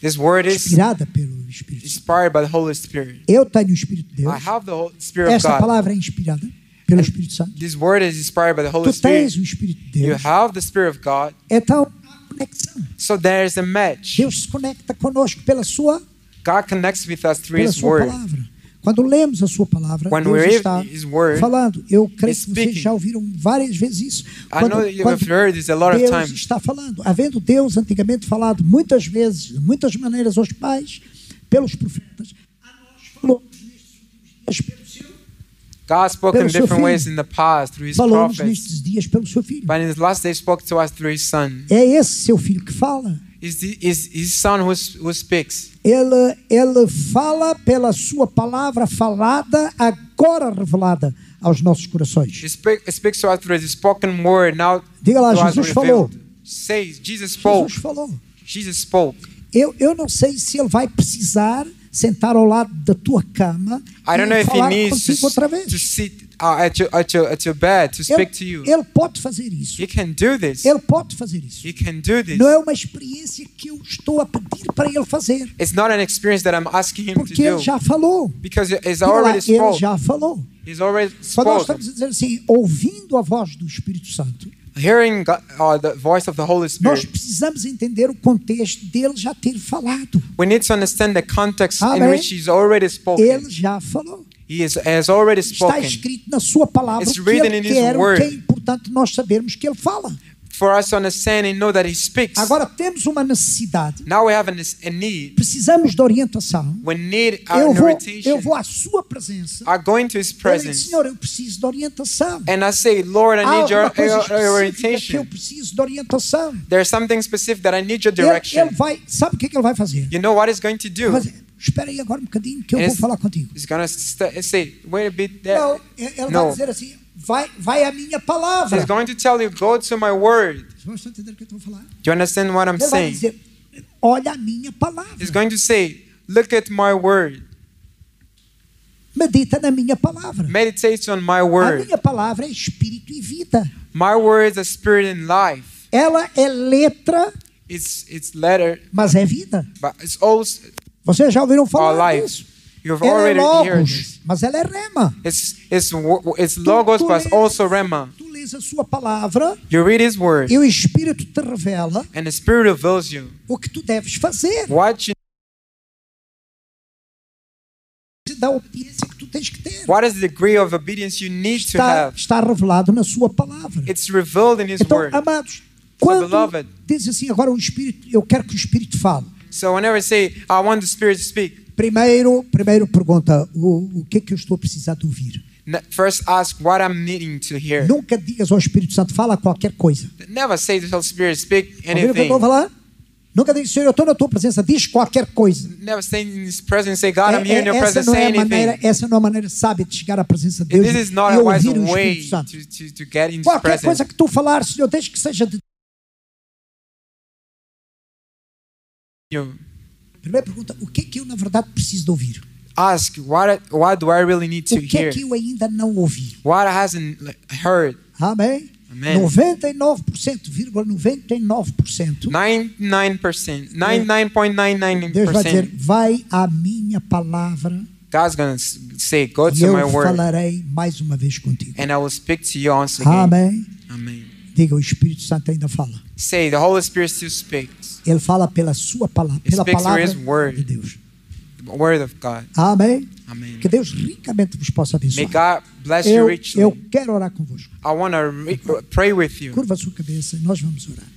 B: This word is
C: Inspirada pelo Espírito Santo.
B: inspired by the Holy Spirit.
C: Eu tenho o Espírito de Deus.
B: I have the Holy Spirit of
C: Esta
B: God.
C: palavra é inspirada pelo Espírito Santo.
B: This word is inspired by the Holy
C: Tu tens
B: Spirit.
C: o Espírito de
B: You
C: Deus.
B: have the Spirit of God,
C: Então, há conexão.
B: so there is a match.
C: Deus se conecta conosco pela sua,
B: God connects with us through
C: pela
B: His
C: sua
B: Word.
C: palavra. Quando lemos a sua palavra,
B: When we
C: Deus
B: read
C: está
B: His Word,
C: falando. Eu creio
B: He's
C: que vocês
B: speaking.
C: já ouviram várias vezes isso.
B: I know that you have heard this a lot of
C: Deus
B: times.
C: está falando. Havendo Deus antigamente falado muitas vezes, de muitas maneiras aos pais, pelos profetas, a nós falou-nos nestes últimos dias pelo seu,
B: God spoke in
C: Pelo seu
B: different
C: filho.
B: ways in the past through His
C: falou-nos
B: prophets,
C: nestes dias pelo seu filho.
B: but in His last day, He spoke to us through His Son.
C: É esse seu filho que fala.
B: It's, the, it's His Son who, s- who speaks.
C: Ele, ele fala pela sua palavra falada, agora revelada aos nossos corações.
B: He, speak, he speaks to us through the spoken word. Now,
C: Diga lá,
B: to us
C: Jesus falou.
B: revealed. 6, Jesus spoke.
C: Jesus falou.
B: Jesus spoke.
C: Eu, eu não sei se ele vai precisar sentar ao lado da tua cama
B: I don't know
C: e
B: if he
C: falar
B: needs
C: contigo
B: to,
C: outra
B: s-
C: vez.
B: to sit uh, at, your, at, your, at your bed to
C: Ele,
B: speak to you.
C: ele pode fazer isso.
B: He can do this.
C: Ele pode fazer isso.
B: He can do this.
C: Não é uma experiência que eu estou a pedir para ele fazer,
B: It's not an experience that I'm asking him to
C: porque ele
B: do
C: já falou.
B: because it's
C: Diga lá,
B: already
C: ele
B: spoke.
C: já falou.
B: He's already
C: Quando nós
B: spoken.
C: estamos a dizer assim, ouvindo a voz do Espírito Santo,
B: Hearing God, uh, the voice of the Holy
C: nós
B: Spirit,
C: precisamos entender o contexto dele já ter falado.
B: we need to understand the context in
C: Amém.
B: which he's already spoken.
C: Ele já falou.
B: He is, has already
C: Está
B: spoken.
C: escrito na sua palavra o
B: It's
C: que
B: written
C: ele
B: in his
C: quer, o que
B: word.
C: é importante nós sabermos que ele fala.
B: For us to understand and know that he speaks.
C: Agora temos uma necessidade,
B: Now we have a nes- a need.
C: precisamos de orientação.
B: We need
C: Eu
B: an
C: vou, eu
B: orientation.
C: vou à sua presença.
B: Are going to his
C: Ele diz,
B: presence.
C: Senhor, eu preciso de orientação.
B: And I say, Lord,
C: Há
B: I need
C: alguma
B: your,
C: coisa
B: your- your
C: específica que eu
B: orientation.
C: preciso de orientação.
B: There's something specific that I need your
C: Ele, ele
B: direction.
C: vai, sabe o que, é que ele vai fazer?
B: You know what he's going to do?
C: Mas espera aí agora um bocadinho que eu
B: Esse-
C: vou falar contigo.
B: He's going to st- say, wait a bit there.
C: Não, ele ele vai
B: Não.
C: dizer assim, vai, vai à minha palavra.
B: He's going to tell you, go to my word.
C: Vocês vão entender o que eu estou a falar?
B: Do you understand what I'm
C: Ele vai
B: saying?
C: dizer, olha a minha palavra.
B: He's going to say, look at my word.
C: Medita na minha palavra.
B: Meditate on my
C: A
B: word.
C: minha palavra é espírito e vida.
B: My word is a spirit in life.
C: Ela é letra,
B: It's it's letter,
C: mas é vida.
B: but it's also
C: Vocês já ouviram
B: our
C: falar disso?
B: life. You've
C: Ela
B: already
C: é
B: heard this.
C: logos, mas ela é rema.
B: It's it's wo- it's
C: Tu-
B: logos,
C: tu
B: but
C: lês-
B: also rema.
C: Tu lês a sua palavra
B: You read His word,
C: e o Espírito te revela
B: and the Spirit reveals you
C: o que tu deves fazer.
B: what you
C: Te dá a obediência que tu tens que ter.
B: what is the degree of obedience you need to
C: Está,
B: have.
C: está revelado na sua palavra.
B: It's revealed in His
C: Então,
B: word.
C: amados, quando
B: beloved.
C: diz assim agora o Espírito, eu quero que o Espírito fale.
B: So whenever I say I want the Spirit to speak,
C: Primeiro, primeiro pergunta o, o que é que eu estou a precisar de ouvir.
B: n- first ask what I'm needing to hear.
C: Nunca digas ao Espírito Santo fala qualquer coisa.
B: Never say to the Spirit speak
C: Ouviram o que eu
B: anything.
C: estou a falar? Nunca digas Senhor, eu estou na tua presença, diz qualquer coisa.
B: Never say in His presence, say God, I'm
C: É-
B: here
C: é-
B: in Your
C: E, essa
B: presence.
C: não
B: Say
C: é a
B: anything.
C: maneira, essa não é a maneira sábia de chegar à presença de Deus
B: This is not
C: e
B: a wise
C: ouvir o
B: way
C: Espírito Santo.
B: to, to, to get into His
C: Qualquer
B: presence.
C: coisa que tu falar, Senhor, desde que seja de
B: You
C: Primeira pergunta, o que é que eu na verdade preciso de ouvir?
B: ask, what, what do I really need to
C: O que é
B: hear?
C: que eu ainda não ouvi?
B: What I hasn't like, heard?
C: Amém?
B: Amém.
C: 99%, vírgula 99%.
B: 99%,
C: Deus vai dizer,
B: 99.999%.
C: vai à minha palavra
B: God's going to say, go
C: e
B: to my
C: eu
B: word
C: falarei mais uma vez contigo.
B: and I will speak to you once again.
C: Amém?
B: Amen.
C: Diga, o Espírito Santo ainda fala.
B: Say, the Holy Spirit still speaks.
C: Ele fala pela sua palavra,
B: He
C: pela
B: speaks through his
C: palavra
B: word.
C: de Deus.
B: The word of God.
C: Amém?
B: Amém.
C: Que Deus ricamente vos possa
B: May
C: abençoar.
B: God bless you
C: Eu,
B: richly.
C: eu quero orar convosco.
B: I want to re- pray with you.
C: Curva a sua cabeça, nós vamos orar.